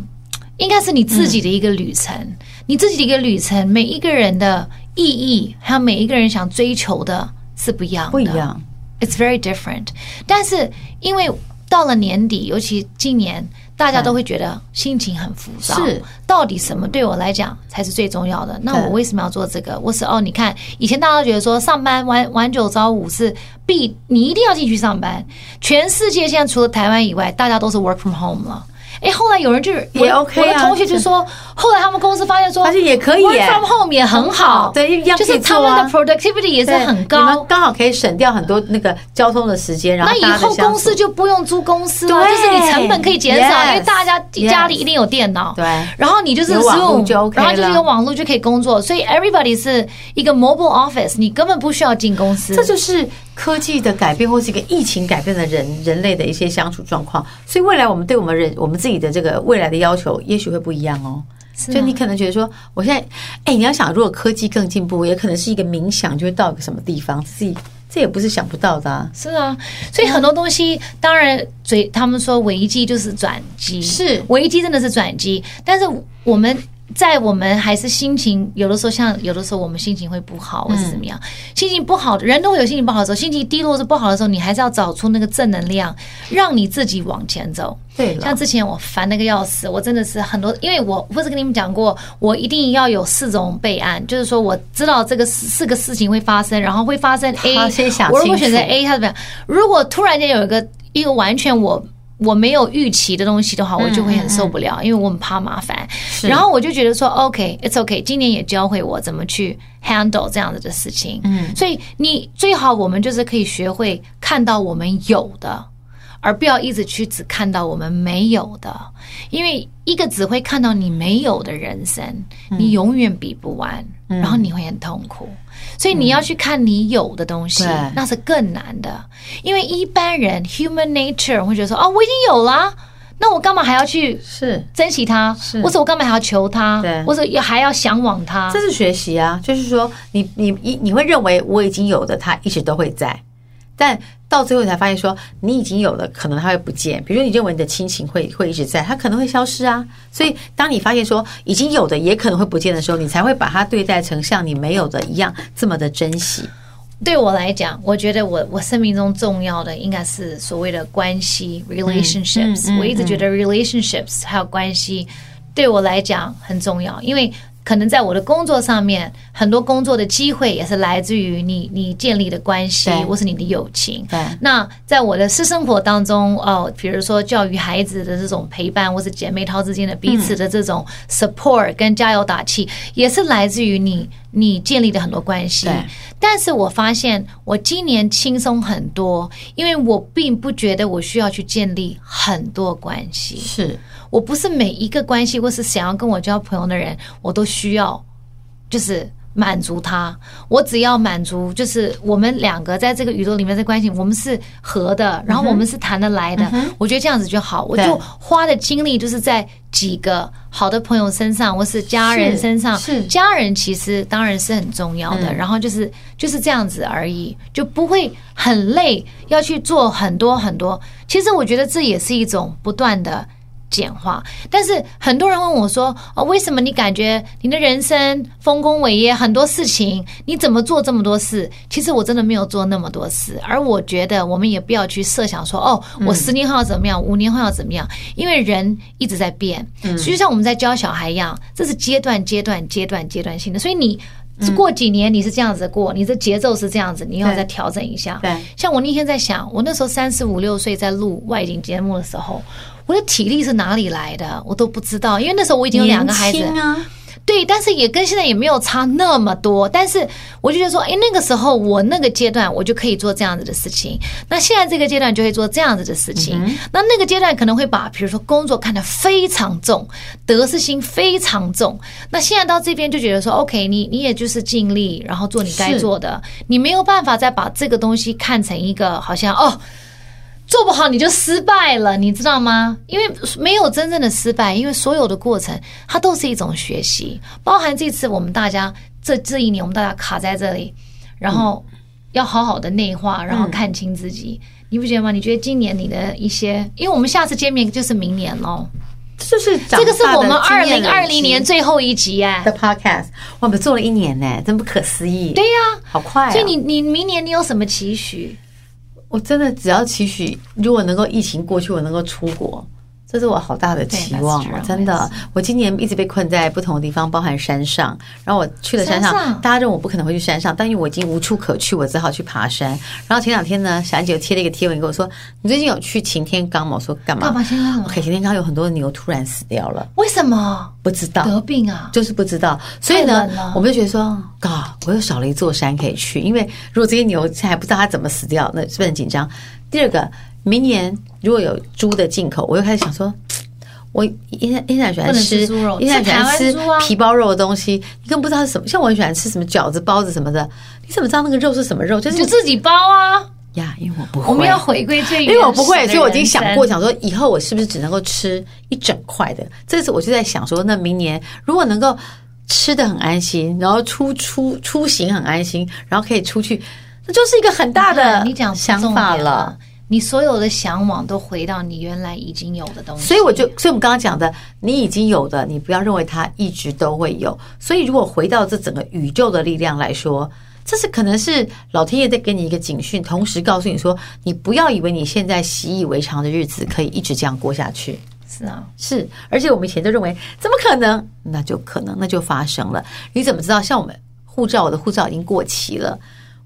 Speaker 2: 应该是你自己的一个旅程，
Speaker 1: 嗯
Speaker 2: 你自己的一个旅程，每一个人的意义，还有每一个人想追求的是不一样的，
Speaker 1: 不一样，
Speaker 2: It's very different。但是因为到了年底，尤其今年，大家都会觉得心情很浮躁。
Speaker 1: 是，
Speaker 2: 到底什么对我来讲才是最重要的？那
Speaker 1: 对
Speaker 2: 我为什么要做这个？我是哦，你看，以前大家都觉得说上班晚晚九早五是必，你一定要进去上班。全世界现在除了台湾以外，大家都是 work from home 了。哎，后来有人就是
Speaker 1: 也 OK 啊
Speaker 2: 我的同学就说，后来他们公司发现说，
Speaker 1: 发现也可以耶
Speaker 2: work from home 也很好，
Speaker 1: 对一样可
Speaker 2: 就
Speaker 1: 以
Speaker 2: 是他
Speaker 1: 做
Speaker 2: 们
Speaker 1: 啊
Speaker 2: 的 productivity 也是
Speaker 1: 对
Speaker 2: 很
Speaker 1: 你
Speaker 2: 高，
Speaker 1: 们刚好可以省掉很多那个交通的时间，然后
Speaker 2: 那以
Speaker 1: 大家的
Speaker 2: 后
Speaker 1: 相
Speaker 2: 公司
Speaker 1: 处
Speaker 2: 就不用租公司了，
Speaker 1: 对
Speaker 2: 就是你成本可以减少，
Speaker 1: Yes，
Speaker 2: 因为大家
Speaker 1: yes
Speaker 2: 家里一定有电脑。
Speaker 1: 对
Speaker 2: 然后你就是
Speaker 1: 有网络
Speaker 2: Zoom，
Speaker 1: 就 OK
Speaker 2: 然后就是
Speaker 1: 了
Speaker 2: 有网络就可以工作，所以 everybody 是一个 mobile office，你根本不需要进公司。
Speaker 1: 这就是科技的改变，或是一个疫情改变的人人类的一些相处状况。所以未来我们对我们人我们自己的这个未来的要求，也许会不一样哦。
Speaker 2: 是
Speaker 1: 就
Speaker 2: 吗
Speaker 1: 你可能觉得说，我现在，哎、你要想，如果科技更进步，也可能是一个冥想，就会到一个什么地方，自己这也不是想不到的啊。
Speaker 2: 是啊，所以很多东西，当然嘴他们说危机就是转机，
Speaker 1: 是
Speaker 2: 危机真的是转机，但是我们。在我们还是心情，有的时候像有的时候我们心情会不好，
Speaker 1: 嗯
Speaker 2: 或是怎么样，心情不好，人都会有心情不好的时候，心情低落是不好的时候，你还是要找出那个正能量，让你自己往前走。
Speaker 1: 对了
Speaker 2: 像之前我烦那个要死，我真的是很多，因为我不是跟你们讲过，我一定要有四种备案，就是说我知道这个四四个事情会发生，然后会发生 A，
Speaker 1: 好先想
Speaker 2: 我如果
Speaker 1: 清楚
Speaker 2: 选择 A，它怎么样？如果突然间有一个一个完全我。我没有预期的东西的话，
Speaker 1: 嗯
Speaker 2: 我就会很受不了，因为我很怕麻烦。然后我就觉得说，OK，it's OK，今年也教会我怎么去 handle 这样子的事情。嗯，所以你最好我们就是可以学会看到我们有的，而不要一直去只看到我们没有的，因为一个只会看到你没有的人生，
Speaker 1: 嗯
Speaker 2: 你永远比不完，然后你会很痛苦。所以你要去看你有的东西，
Speaker 1: 嗯对
Speaker 2: 那是更难的，因为一般人 human nature 会觉得说，哦，我已经有啦，那我干嘛还要去
Speaker 1: 是，
Speaker 2: 珍惜它？
Speaker 1: 是
Speaker 2: 或者我干嘛还要求它
Speaker 1: 对？
Speaker 2: 或者还要向往它
Speaker 1: 这？是学习啊，就是说你你你你会认为我已经有的，它一直都会在，但到最后你才发现说你已经有的，可能它会不见。比如说你认为你的亲情会会一直在，它可能会消失啊。所以当你发现说已经有的也可能会不见的时候，你才会把它对待成像你没有的一样这么的珍惜。
Speaker 2: 对我来讲，我觉得我我生命中重要的应该是所谓的关系 relationships、我一直觉得 relationships 还有关系对我来讲很重要，因为可能在我的工作上面，很多工作的机会也是来自于你你建立的关系
Speaker 1: 对
Speaker 2: 或是你的友情。
Speaker 1: 对
Speaker 2: 那在我的私生活当中，哦，比如说教育孩子的这种陪伴，或是姐妹淘之间的彼此的这种 support 跟加油打气，也是来自于你你建立的很多关系
Speaker 1: 对。
Speaker 2: 但是我发现我今年轻松很多，因为我并不觉得我需要去建立很多关系。
Speaker 1: 是
Speaker 2: 我不是每一个关系或是想要跟我交朋友的人，我都需要就是满足他。我只要满足，就是我们两个在这个宇宙里面的关系，我们是合的，然后我们是谈得来的。我觉得这样子就好，我
Speaker 1: 对
Speaker 2: 就花的精力就是在几个好的朋友身上，或是家人
Speaker 1: 是
Speaker 2: 身上。
Speaker 1: 是嗯
Speaker 2: 家人其实当然是很重要的，然后就是就是这样子而已，就不会很累，要去做很多很多。其实我觉得这也是一种不断的简化。但是很多人问我说：“哦，为什么你感觉你的人生丰功伟业很多事情，你怎么做这么多事？”其实我真的没有做那么多事，而我觉得我们也不要去设想说：“哦，
Speaker 1: 嗯
Speaker 2: 我十年后要怎么样，五年后要怎么样？”因为人一直在变，
Speaker 1: 嗯
Speaker 2: 所以就像我们在教小孩一样，这是阶段、阶段、阶段、阶段性的。所以你。过几年你是这样子过，你的节奏是这样子，你要再调整一下。
Speaker 1: 嗯对
Speaker 2: 像我那天在想，我那时候三十五六岁在录外景节目的时候，我的体力是哪里来的，我都不知道，因为那时候我已经有两个孩子，
Speaker 1: 年轻啊，
Speaker 2: 对，但是也跟现在也没有差那么多。但是我就觉得说，哎，那个时候我那个阶段我就可以做这样子的事情，那现在这个阶段就会做这样子的事情。那那个阶段可能会把，比如说工作看得非常重，得失心非常重。那现在到这边就觉得说，OK，你你也就是尽力，然后做你该
Speaker 1: 是
Speaker 2: 做的，你没有办法再把这个东西看成一个好像哦。做不好你就失败了，你知道吗？因为没有真正的失败，因为所有的过程它都是一种学习，包含这次我们大家这这一年我们大家卡在这里，然后
Speaker 1: 嗯
Speaker 2: 要好好的内化，然后看清自己，你不觉得吗？你觉得今年你的一些，因为我们下次见面就是明年喽，
Speaker 1: 这就是
Speaker 2: 这个是我
Speaker 1: 长
Speaker 2: 们
Speaker 1: 大
Speaker 2: 二
Speaker 1: 的经验累
Speaker 2: 零
Speaker 1: 积
Speaker 2: 二零年最后一集哎、
Speaker 1: 的 podcast，哇我们做了一年呢，真不可思议。
Speaker 2: 对，呀、
Speaker 1: 好快、啊。
Speaker 2: 所以你你明年你有什么期许？
Speaker 1: 我真的只要期许，如果能够疫情过去，我能够出国，这是我好大的期望
Speaker 2: 对
Speaker 1: 啊！
Speaker 2: that's true，
Speaker 1: 真的，我今年一直被困在不同的地方，包含山上。然后我去了山上，
Speaker 2: 山上
Speaker 1: 大家认为我不可能会去山上，但因为我已经无处可去，我只好去爬山。然后前两天呢，小安姐又贴了一个贴文跟我说：“你最近有去擎天岗吗？”我说：“干嘛
Speaker 2: 干嘛先干嘛？
Speaker 1: ？”OK，擎天岗有很多牛突然死掉了，
Speaker 2: 为什么
Speaker 1: 不知道。
Speaker 2: 得病啊？
Speaker 1: 就是不知道，所以呢
Speaker 2: 太冷了，
Speaker 1: 我们就觉得说，嘎，我又少了一座山可以去。因为如果这些牛现在还不知道它怎么死掉，那是不是很紧张？第二个，明年如果有猪的进口，我又开始想说，我依然依然喜欢吃，
Speaker 2: 不能吃猪肉
Speaker 1: 依然喜欢吃
Speaker 2: 吃台湾猪啊
Speaker 1: 皮包肉的东西，你更不知道是什么。像我很喜欢吃什么饺子、包子什么的，你怎么知道那个肉是什么肉？就是
Speaker 2: 就自己包啊！
Speaker 1: 呀，因为我不会，
Speaker 2: 我们要回归最原始的
Speaker 1: 因为我不会，
Speaker 2: 人
Speaker 1: 所以我已经想过，
Speaker 2: 生
Speaker 1: 想说以后我是不是只能够吃一整块的？这次我就在想说，那明年如果能够吃的很安心，然后出出出行很安心，然后可以出去，那就是一个很大的
Speaker 2: 啊你讲
Speaker 1: 想法了。。
Speaker 2: 你所有的向往都回到你原来已经有的东西，
Speaker 1: 所以我就，所以我们刚刚讲的，你已经有的，你不要认为它一直都会有。所以如果回到这整个宇宙的力量来说，这是可能是老天爷在给你一个警讯，同时告诉你说，你不要以为你现在习以为常的日子可以一直这样过下去。
Speaker 2: 是啊，
Speaker 1: 是，而且我们以前都认为怎么可能？那就可能，那就发生了。你怎么知道？像我们护照，我的护照已经过期了，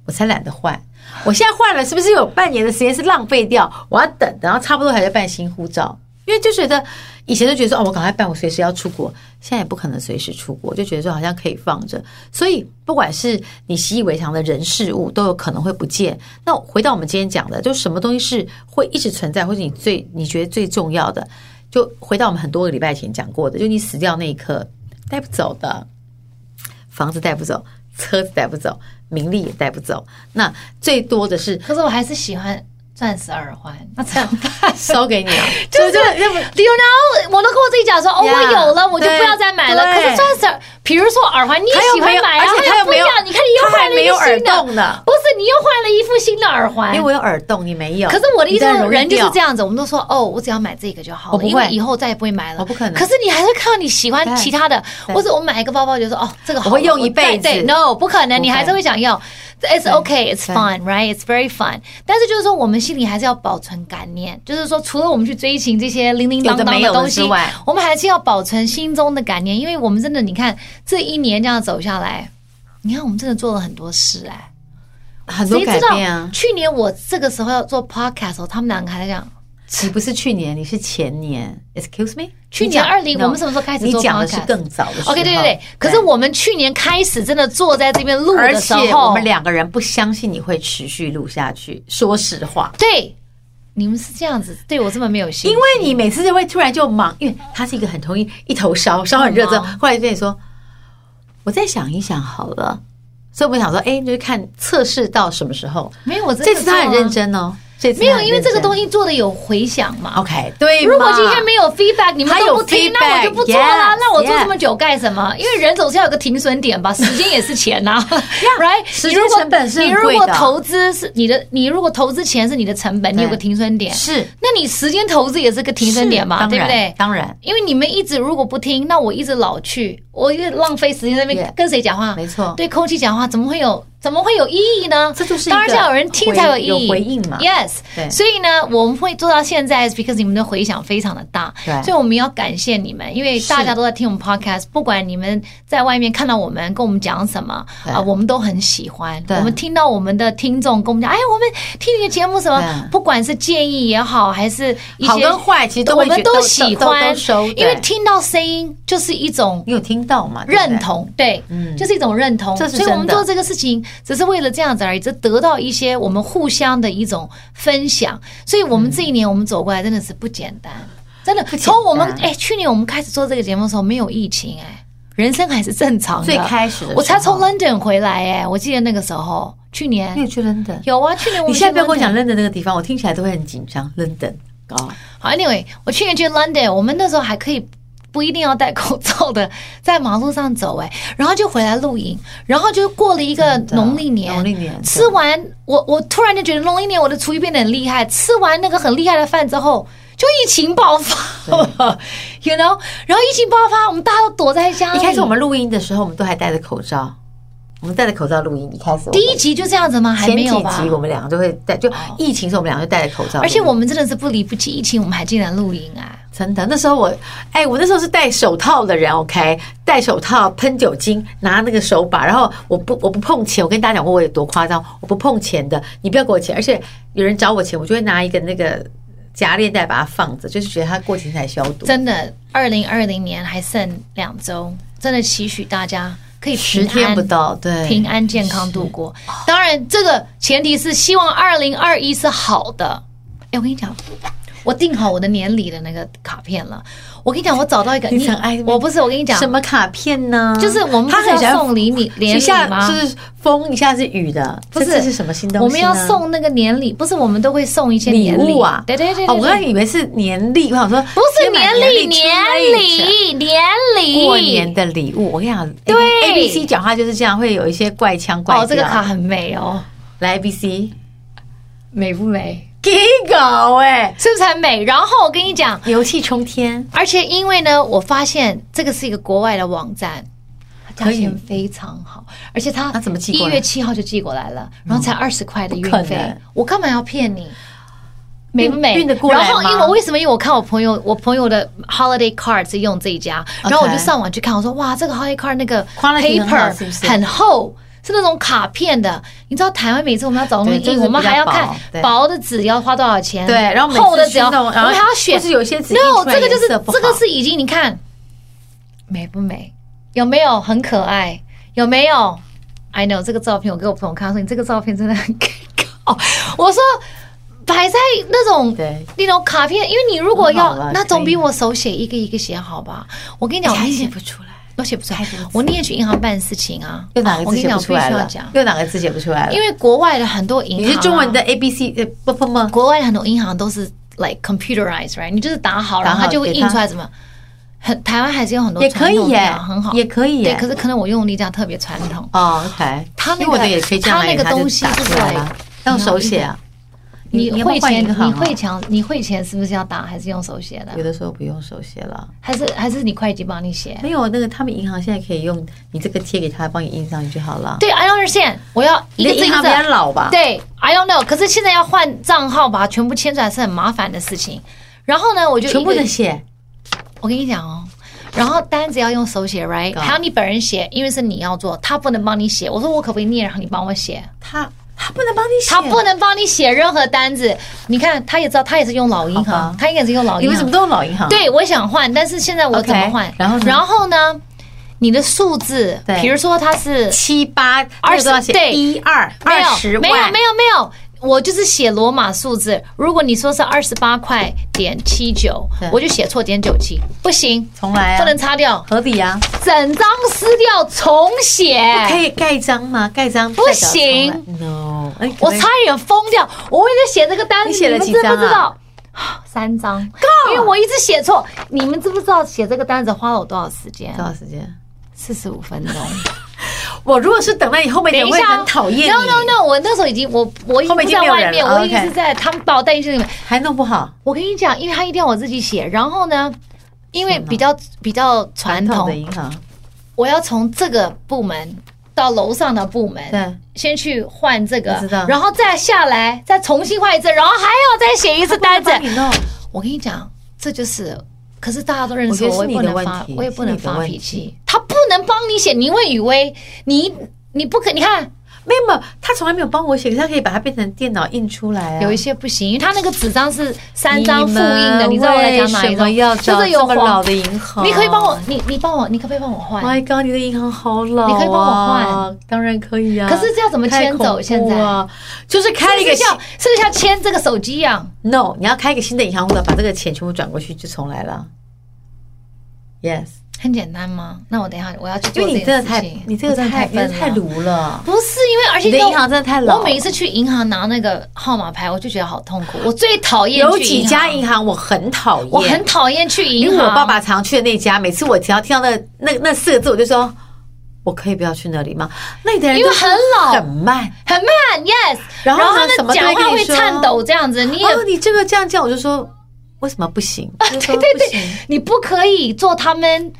Speaker 1: 我才懒得换。我现在换了，是不是有半年的时间是浪费掉？我要等，然后差不多还在办新护照，因为就觉得以前就觉得说哦，我赶快办，我随时要出国，现在也不可能随时出国，就觉得说好像可以放着。所以不管是你习以为常的人事物，都有可能会不见。那回到我们今天讲的，就什么东西是会一直存在，或者你最你觉得最重要的，就回到我们很多个礼拜前讲过的，就你死掉那一刻带不走的，房子带不走，车子带不走，名利也带不走。那最多的是
Speaker 2: 可是我还是喜欢钻石耳环，那怎么办
Speaker 1: 烧给你啊，
Speaker 2: 就
Speaker 1: 所
Speaker 2: 是
Speaker 1: 以就要不
Speaker 2: ？Do you know？我都跟我自己讲说，哦，我
Speaker 1: Yeah，
Speaker 2: 有了，我就
Speaker 1: 对
Speaker 2: 不要再买了。可
Speaker 1: 对
Speaker 2: 是钻石耳，比如说耳环，你也
Speaker 1: 他又
Speaker 2: 喜欢
Speaker 1: 没有
Speaker 2: 买啊，
Speaker 1: 而且他
Speaker 2: 又
Speaker 1: 又
Speaker 2: 不
Speaker 1: 没
Speaker 2: 一
Speaker 1: 有
Speaker 2: 样。你看，你又
Speaker 1: 他
Speaker 2: 换
Speaker 1: 还
Speaker 2: 了
Speaker 1: 没
Speaker 2: 一
Speaker 1: 有
Speaker 2: 个
Speaker 1: 耳
Speaker 2: 新
Speaker 1: 洞
Speaker 2: 的，
Speaker 1: 呢，
Speaker 2: 不是你又换了一副新的耳环。
Speaker 1: 因为我有耳洞，你没有。
Speaker 2: 哎可是我的意思
Speaker 1: 你在
Speaker 2: 是，
Speaker 1: 容易
Speaker 2: 人就是
Speaker 1: 掉
Speaker 2: 这样子，我们都说哦，我只要买这个就好
Speaker 1: 我
Speaker 2: 了，
Speaker 1: 不会
Speaker 2: 因为以后再也不会买了。
Speaker 1: 我不可能
Speaker 2: 可是你还会看到你喜欢其他的，
Speaker 1: 对
Speaker 2: 或者我买一个包包就说哦，这个好
Speaker 1: 我会用一辈子
Speaker 2: 我再对，no，不可能，
Speaker 1: 不会
Speaker 2: 你还是会想要。It's
Speaker 1: 对
Speaker 2: okay, it's
Speaker 1: 对
Speaker 2: fun, right? It's very fun. 但是就是说，我们心里还是要保存感念，就是说，除了我们去追寻这些零零当
Speaker 1: 有的
Speaker 2: 当
Speaker 1: 没有的
Speaker 2: 东西
Speaker 1: 之外，
Speaker 2: 我们还是要保存心中的感念，因为我们真的，你看这一年这样走下来，你看我们真的做了很多事哎、
Speaker 1: 很多
Speaker 2: 谁
Speaker 1: 改
Speaker 2: 知道
Speaker 1: 变啊。
Speaker 2: 去年我这个时候要做 podcast 的时候，他们两个还在讲，
Speaker 1: 你不是去年，你是前年。Excuse me，
Speaker 2: 去
Speaker 1: 你讲
Speaker 2: 年二零，
Speaker 1: no，
Speaker 2: 我们什么时候开始
Speaker 1: 你
Speaker 2: 做 podcast？
Speaker 1: 讲的是啊更早的时候。
Speaker 2: OK，对对对。可是我们去年开始真的坐在这边录
Speaker 1: 而
Speaker 2: 的时
Speaker 1: 且
Speaker 2: 候，
Speaker 1: 我们两个人不相信你会持续录下去。说实话，
Speaker 2: 对你们是这样子对我这么没有心，
Speaker 1: 因为你每次就会突然就忙，因为他是一个很容易一头烧，烧很热
Speaker 2: 嗯
Speaker 1: 之后，后来就跟你说，我再想一想好了。所以我们想说，哎，就是看测试到什么时候。
Speaker 2: 没有我真的
Speaker 1: 这次他很
Speaker 2: 做啊
Speaker 1: 认，真哦，所以
Speaker 2: 没有，因为这个东
Speaker 1: 西
Speaker 2: 西做的有回响嘛。
Speaker 1: OK，对嘛。
Speaker 2: 如果今天没有 feedback，你们
Speaker 1: 还
Speaker 2: 都
Speaker 1: 有
Speaker 2: 不
Speaker 1: feedback，
Speaker 2: 听，那我就不做啦。
Speaker 1: yes，
Speaker 2: 那我做
Speaker 1: yes
Speaker 2: 这么久干什么？因为人总是要有个停损点 吧，时间也是钱呐，right？
Speaker 1: 时
Speaker 2: 你
Speaker 1: 间
Speaker 2: 如果
Speaker 1: 成本是很
Speaker 2: 你如
Speaker 1: 贵
Speaker 2: 果
Speaker 1: 的
Speaker 2: 投资是你的，你如果投资钱是你的成本，你有
Speaker 1: 对
Speaker 2: 个停损点，
Speaker 1: 是
Speaker 2: 那你时间投资也是个停损点嘛，
Speaker 1: 当
Speaker 2: 对不
Speaker 1: 然
Speaker 2: 对？
Speaker 1: 当然，
Speaker 2: 因为你们一直如果不听，那我一直老去，我又浪费时间在那边
Speaker 1: Yeah，
Speaker 2: 跟谁讲话？
Speaker 1: 没错
Speaker 2: 对空气讲话，怎么会有怎么会有意义呢？
Speaker 1: 这就是一个
Speaker 2: 当然是要有人听才有意义，
Speaker 1: 回有回应嘛
Speaker 2: Yes，
Speaker 1: 对
Speaker 2: 所以呢，我们会做到现在，is because 你们的回响非常的大，
Speaker 1: 对
Speaker 2: 所以我们要感谢你们，因为
Speaker 1: 是
Speaker 2: 大家都在听我们 podcast，不管你们在外面看到我们跟我们讲什么
Speaker 1: 对
Speaker 2: 啊、我们都很喜欢。
Speaker 1: 对
Speaker 2: 我们听到我们的听众跟我们讲，哎，我们听你的节目什么，
Speaker 1: 对
Speaker 2: 不管是建议也好，还是一些
Speaker 1: 好跟坏其实都
Speaker 2: 我
Speaker 1: 会觉
Speaker 2: 们
Speaker 1: 得都
Speaker 2: 喜
Speaker 1: 都
Speaker 2: 欢
Speaker 1: 都收，
Speaker 2: 因为
Speaker 1: 对
Speaker 2: 听到声音就是一种
Speaker 1: 你有听到嘛？对不对
Speaker 2: 认，同，对，
Speaker 1: 嗯
Speaker 2: 就是一种认同。
Speaker 1: 这是
Speaker 2: 所以我们
Speaker 1: 真的
Speaker 2: 做这个事情只是为了这样子而已，只得到一些我们互相的一种分享。所以我们这一年我们走过来真的是不简单，真的。
Speaker 1: 简单
Speaker 2: 从我们哎，去年我们开始做这个节目的时候没有疫情哎，人生还是正常的。
Speaker 1: 最开始的时候
Speaker 2: 我才从 London 回来哎，我记得那个时候，去
Speaker 1: 你有
Speaker 2: 年
Speaker 1: 去 London？
Speaker 2: 有啊，去年
Speaker 1: 嗯
Speaker 2: 我
Speaker 1: 你
Speaker 2: 们
Speaker 1: 现在不要跟我
Speaker 2: 去 London
Speaker 1: 讲 London 那个地方，我听起来都会很紧张。London 哦，
Speaker 2: 好，Anyway，我去年去 London，我们那时候还可以不一定要戴口罩的， 在马路上走哎、然后就回来露营，然后就过了一个
Speaker 1: 真的
Speaker 2: 农历年，
Speaker 1: 农历年
Speaker 2: 吃完我我突然就觉得农历年我的厨艺变得很厉害，吃完那个很厉害的饭之后。就疫情爆发了 ，you know，然后疫情爆发，我们大家都躲在家里。
Speaker 1: 一开始我们录音的时候，我们都还戴着口罩，我们戴着口罩录音。一开始我们
Speaker 2: 第一集就这样子吗？还
Speaker 1: 前
Speaker 2: 没
Speaker 1: 几
Speaker 2: 有吧？
Speaker 1: 集我们两个都会戴，就疫情时候我们两个就戴着口罩录音，
Speaker 2: 而且我们真的是不离不弃疫情，我们还竟然露营啊！
Speaker 1: 真的那时候我，哎，我那时候是戴手套的人，OK，戴手套喷酒精，拿那个手把，然后我不我不碰钱，我跟大家讲过我有多夸张，我不碰钱的，你不要给我钱，而且有人找我钱，我就会拿一个那个夹链袋把它放着，就是觉得它过几天才消毒。
Speaker 2: 真的，二零二零年还剩两周，真的期许大家可以
Speaker 1: 十
Speaker 2: 平
Speaker 1: 天
Speaker 2: 安
Speaker 1: 不到，对，哦
Speaker 2: 平安健康度过。当然，这个前提是希望二零二一是好的。哎，我跟你讲，我订好我的年礼的那个卡片了。我跟你讲，我找到一个，
Speaker 1: 你很爱
Speaker 2: 我不是，我跟你讲，
Speaker 1: 什么卡片呢？
Speaker 2: 就是我们不
Speaker 1: 他
Speaker 2: 是
Speaker 1: 很喜
Speaker 2: 要
Speaker 1: 欢
Speaker 2: 送礼你年
Speaker 1: 一下
Speaker 2: 礼吗？
Speaker 1: 是风，一下是雨的，
Speaker 2: 不是
Speaker 1: 这这是什么新东西呢？
Speaker 2: 我们要送那个年礼，不是我们都会送一些
Speaker 1: 礼
Speaker 2: 年礼
Speaker 1: 物啊！
Speaker 2: 对对对对
Speaker 1: 哦我刚才
Speaker 2: 对
Speaker 1: 以为是年历，我想说
Speaker 2: 不是
Speaker 1: 先买
Speaker 2: 年
Speaker 1: 历之
Speaker 2: 礼，年
Speaker 1: 类的
Speaker 2: 礼，年礼，
Speaker 1: 过年的礼物，我跟你讲，哎
Speaker 2: 对
Speaker 1: A B C 讲话就是这样，会有一些怪腔怪调。
Speaker 2: 哦，这个卡很美哦，
Speaker 1: 来 A B C，
Speaker 2: 美不美？
Speaker 1: 给狗哎，
Speaker 2: 是不是很美？然后我跟你讲，
Speaker 1: 牛气冲天，
Speaker 2: 而且因为呢，我发现这个是一个国外的网站，它价
Speaker 1: 可以
Speaker 2: 钱非常好，而且它
Speaker 1: 那怎么寄
Speaker 2: 一
Speaker 1: 过来哦
Speaker 2: 月七号就寄过来了，然后才二十块的运
Speaker 1: 不可
Speaker 2: 费
Speaker 1: 能，
Speaker 2: 我干嘛要骗你？美不美？
Speaker 1: 运运得过来吗
Speaker 2: 然后因为我为什么？因为我看我朋友，我朋友的 holiday card 是用这一家，然后我就上网去看，我说哇，这个 holiday card 那个
Speaker 1: Quality 很好
Speaker 2: paper
Speaker 1: 是不是
Speaker 2: 很厚。是那种卡片的，你知道台湾每次我们要找东西
Speaker 1: 对就是
Speaker 2: 印，我们
Speaker 1: 比较
Speaker 2: 还要
Speaker 1: 薄
Speaker 2: 看
Speaker 1: 对
Speaker 2: 薄的纸要花多少钱，
Speaker 1: 对，然后每次
Speaker 2: 嗯厚的
Speaker 1: 去
Speaker 2: 纸要，
Speaker 1: 弄
Speaker 2: 我
Speaker 1: 然后
Speaker 2: 们还要选，
Speaker 1: 或是有一些纸
Speaker 2: no，
Speaker 1: 印出来
Speaker 2: 这个就是
Speaker 1: 颜色不好
Speaker 2: 这个是已经你看美不美？有没有很可爱？有没有？I know 这个照片，我给我朋友看，他说你这个照片真的很高。我说摆在那种
Speaker 1: 对
Speaker 2: 那种卡片，因为你如果
Speaker 1: 很好
Speaker 2: 要
Speaker 1: 了
Speaker 2: 那总
Speaker 1: 可以
Speaker 2: 比我手写一个一个写好吧？我跟你讲，我那
Speaker 1: 还写
Speaker 2: 天
Speaker 1: 不出来，
Speaker 2: 我写不出来
Speaker 1: 太多字，
Speaker 2: 我那天去银行办事情啊，
Speaker 1: 又哪个
Speaker 2: 我
Speaker 1: 字
Speaker 2: 跟你
Speaker 1: 写
Speaker 2: 讲，
Speaker 1: 不
Speaker 2: 我必须
Speaker 1: 出来
Speaker 2: 要
Speaker 1: 了
Speaker 2: 讲？，
Speaker 1: 又哪个字写不出来了？
Speaker 2: 因为国外的很多银行、啊，
Speaker 1: 你是中文的 A B C，呃，不不不，
Speaker 2: 国外很多银行都是 like computerized，right？你就是打好，
Speaker 1: 打好
Speaker 2: 然后它就会
Speaker 1: 给
Speaker 2: 印
Speaker 1: 它
Speaker 2: 出来什么。很台湾还是有很多
Speaker 1: 也可
Speaker 2: 传统
Speaker 1: 以
Speaker 2: 的
Speaker 1: 耶
Speaker 2: 银行很好，
Speaker 1: 也可以耶
Speaker 2: 对，可是可能我用力这样特别传统。
Speaker 1: 哦，OK，
Speaker 2: 他那个
Speaker 1: 因为我的也可以这样来，
Speaker 2: 他那个
Speaker 1: 它就
Speaker 2: 东西
Speaker 1: 打
Speaker 2: 是
Speaker 1: 出来了
Speaker 2: like，
Speaker 1: 用手写啊。
Speaker 2: 你
Speaker 1: 要不要
Speaker 2: 汇
Speaker 1: 换
Speaker 2: 钱，
Speaker 1: 银行
Speaker 2: 你
Speaker 1: 啊
Speaker 2: 汇钱，你汇钱是不是要打还是用手写的
Speaker 1: 有？的时候不用手写了，
Speaker 2: 还是还是你会计帮你写？
Speaker 1: 没有那个他们银行现在可以用你这个贴给他，帮你印上去就好了。
Speaker 2: 对，I don't understand，我要
Speaker 1: 你
Speaker 2: 一个
Speaker 1: 的
Speaker 2: 字一
Speaker 1: 银
Speaker 2: 个
Speaker 1: 行
Speaker 2: 字
Speaker 1: 比。较老吧？
Speaker 2: 对，I don't know。可是现在要换账号把它全部签出来是很麻烦的事情。然后呢，我就一个
Speaker 1: 全部的写，
Speaker 2: 我跟你讲哦，然后单子要用手写，right？
Speaker 1: 啊
Speaker 2: 还有你本人写，因为是你要做，他不能帮你写。我说我可不可以念，然后你帮我写？
Speaker 1: 他他不能帮你写，
Speaker 2: 他不能帮你写任何单子。你看，他也知道，他也是用老银
Speaker 1: 好吧
Speaker 2: 行，他也是用老银
Speaker 1: 啊你
Speaker 2: 行。
Speaker 1: 为什么都用老银行？，
Speaker 2: 对，我想换，但是现在我
Speaker 1: OK，
Speaker 2: 怎么换
Speaker 1: 然后呢
Speaker 2: 然后呢？你的数字，
Speaker 1: 对
Speaker 2: 比如说它是
Speaker 1: 七八那
Speaker 2: 二十
Speaker 1: 个都要写
Speaker 2: 对
Speaker 1: 一二
Speaker 2: 没
Speaker 1: 二
Speaker 2: 有
Speaker 1: 十万，
Speaker 2: 没有没有没有，我就是写罗马数字。如果你说是二十八块点七九
Speaker 1: 对，
Speaker 2: 我就写错点九七，不行，
Speaker 1: 重来啊
Speaker 2: 不能擦掉。
Speaker 1: 合理啊，
Speaker 2: 整张撕掉重写，
Speaker 1: 可以盖章吗？盖章
Speaker 2: 哎不
Speaker 1: 代表重来
Speaker 2: 行
Speaker 1: ，no，哦，哎，
Speaker 2: 我差一点疯掉，我为了写这个单子，
Speaker 1: 你写了
Speaker 2: 们
Speaker 1: 几
Speaker 2: 知
Speaker 1: 张
Speaker 2: 不知
Speaker 1: 啊
Speaker 2: 道？三张，因为我一直写错。你们知不知道写这个单子花了我多少时间
Speaker 1: 多？少时间？
Speaker 2: 四十 五分钟。
Speaker 1: 我如果是等在你后面
Speaker 2: 等
Speaker 1: 点，
Speaker 2: 一
Speaker 1: 我也
Speaker 2: 下哦
Speaker 1: 很讨厌你
Speaker 2: No No No，我那时候已经我我已
Speaker 1: 后面
Speaker 2: 经不
Speaker 1: 已经
Speaker 2: 在
Speaker 1: 没有人
Speaker 2: 外面，
Speaker 1: 了
Speaker 2: 我已经
Speaker 1: OK
Speaker 2: 是在他们把我带进去里面。
Speaker 1: 还弄不好，
Speaker 2: 我跟你讲，因为他一定要我自己写，然后呢，因为
Speaker 1: 天哪
Speaker 2: 比较比较传
Speaker 1: 痛啊的
Speaker 2: 统，
Speaker 1: 银行，
Speaker 2: 我要从这个部门到楼上的部门，
Speaker 1: 对，
Speaker 2: 先去换这个
Speaker 1: 我知道，
Speaker 2: 然后再下来，再重新换一次，然后还要再写一次单子
Speaker 1: 帮。你弄，
Speaker 2: 我跟你讲，这就是。可是大家都认识
Speaker 1: 我觉
Speaker 2: 我，
Speaker 1: 得是
Speaker 2: 我也不
Speaker 1: 你的
Speaker 2: 能发
Speaker 1: 问题，
Speaker 2: 我也不
Speaker 1: 是
Speaker 2: 能
Speaker 1: 你的
Speaker 2: 发
Speaker 1: 问
Speaker 2: 脾
Speaker 1: 题
Speaker 2: 气。他不能帮你写，你问雨薇，你你不可，你看
Speaker 1: 没有没有，他从来没有帮我写，可是他可以把它变成电脑印出来啊。
Speaker 2: 有一些不行，因为他那个纸张是三张复印的，
Speaker 1: 们
Speaker 2: 你知道我在讲哪
Speaker 1: 为
Speaker 2: 一
Speaker 1: 什么
Speaker 2: 张？
Speaker 1: 要找
Speaker 2: 就是有
Speaker 1: 这么
Speaker 2: 黄
Speaker 1: 老的哎银行？
Speaker 2: 你可以帮我，你你帮我，你可不可以帮我换？
Speaker 1: My God，你的银行好老、啊，
Speaker 2: 你可以帮我
Speaker 1: 换，当然可以啊。
Speaker 2: 可是这要怎么
Speaker 1: 太
Speaker 2: 牵
Speaker 1: 恐怖
Speaker 2: 走现在
Speaker 1: 啊？就是开了
Speaker 2: 是
Speaker 1: 一
Speaker 2: 不
Speaker 1: 个
Speaker 2: 是
Speaker 1: 新
Speaker 2: 像是不是像签这个手机一样？
Speaker 1: No，你要开一个新的银行户口，把这个钱全部转过去，就重来了。Yes，
Speaker 2: 很简单吗？那我等一下我要去
Speaker 1: 因
Speaker 2: 做
Speaker 1: 为
Speaker 2: 这
Speaker 1: 你真
Speaker 2: 件
Speaker 1: 的
Speaker 2: 事
Speaker 1: 太
Speaker 2: 情。，
Speaker 1: 你这个
Speaker 2: 我真的
Speaker 1: 太
Speaker 2: 太
Speaker 1: 你这
Speaker 2: 笨
Speaker 1: 太
Speaker 2: 了。
Speaker 1: 鲁了，
Speaker 2: 不是因为，而且
Speaker 1: 你的
Speaker 2: 知道
Speaker 1: 银行真的太老
Speaker 2: 我每一次去银行拿那个号码牌，我就觉得好痛苦。我最讨厌
Speaker 1: 有
Speaker 2: 去
Speaker 1: 几家银行我很讨厌，
Speaker 2: 我很讨厌去银
Speaker 1: 因
Speaker 2: 行。
Speaker 1: 为我爸爸常去的那家，每次我只要听到那那那四个字，我就说。我可以不要去那里吗？那里的人
Speaker 2: 因为
Speaker 1: 都是
Speaker 2: 很老
Speaker 1: 很慢。
Speaker 2: 很慢，yes，
Speaker 1: 然后呢
Speaker 2: 他
Speaker 1: 什
Speaker 2: 们
Speaker 1: 么都
Speaker 2: 讲
Speaker 1: 会
Speaker 2: 话
Speaker 1: 跟你
Speaker 2: 会
Speaker 1: 说
Speaker 2: 颤抖这样子，你也
Speaker 1: 哦，你这个这样这样，我就说为什么不行？对
Speaker 2: 对对对，你不可以做他们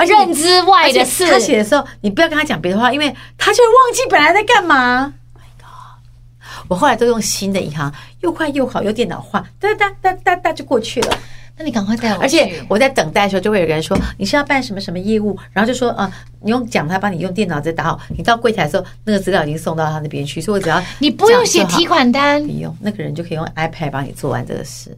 Speaker 2: 认知外
Speaker 1: 而且
Speaker 2: 的事。
Speaker 1: 他写的时候，你不要跟他讲别的话，因为他就会忘记本来在干嘛。Oh my god！我后来都用新的银行，又快又好，有电脑化，哒哒哒哒哒就过去了。
Speaker 2: 那你赶快带我
Speaker 1: 哦
Speaker 2: 去。
Speaker 1: 而且我在等待的时候，就会有人说你是要办什么什么业务，然后就说啊、你用讲他帮你用电脑再打好。你到柜台的时候，那个资料已经送到他那边去，所以我只要
Speaker 2: 你不用
Speaker 1: 这
Speaker 2: 写
Speaker 1: 样就好
Speaker 2: 提款单
Speaker 1: 不。用，那个人就可以用 iPad 帮你做完这个事。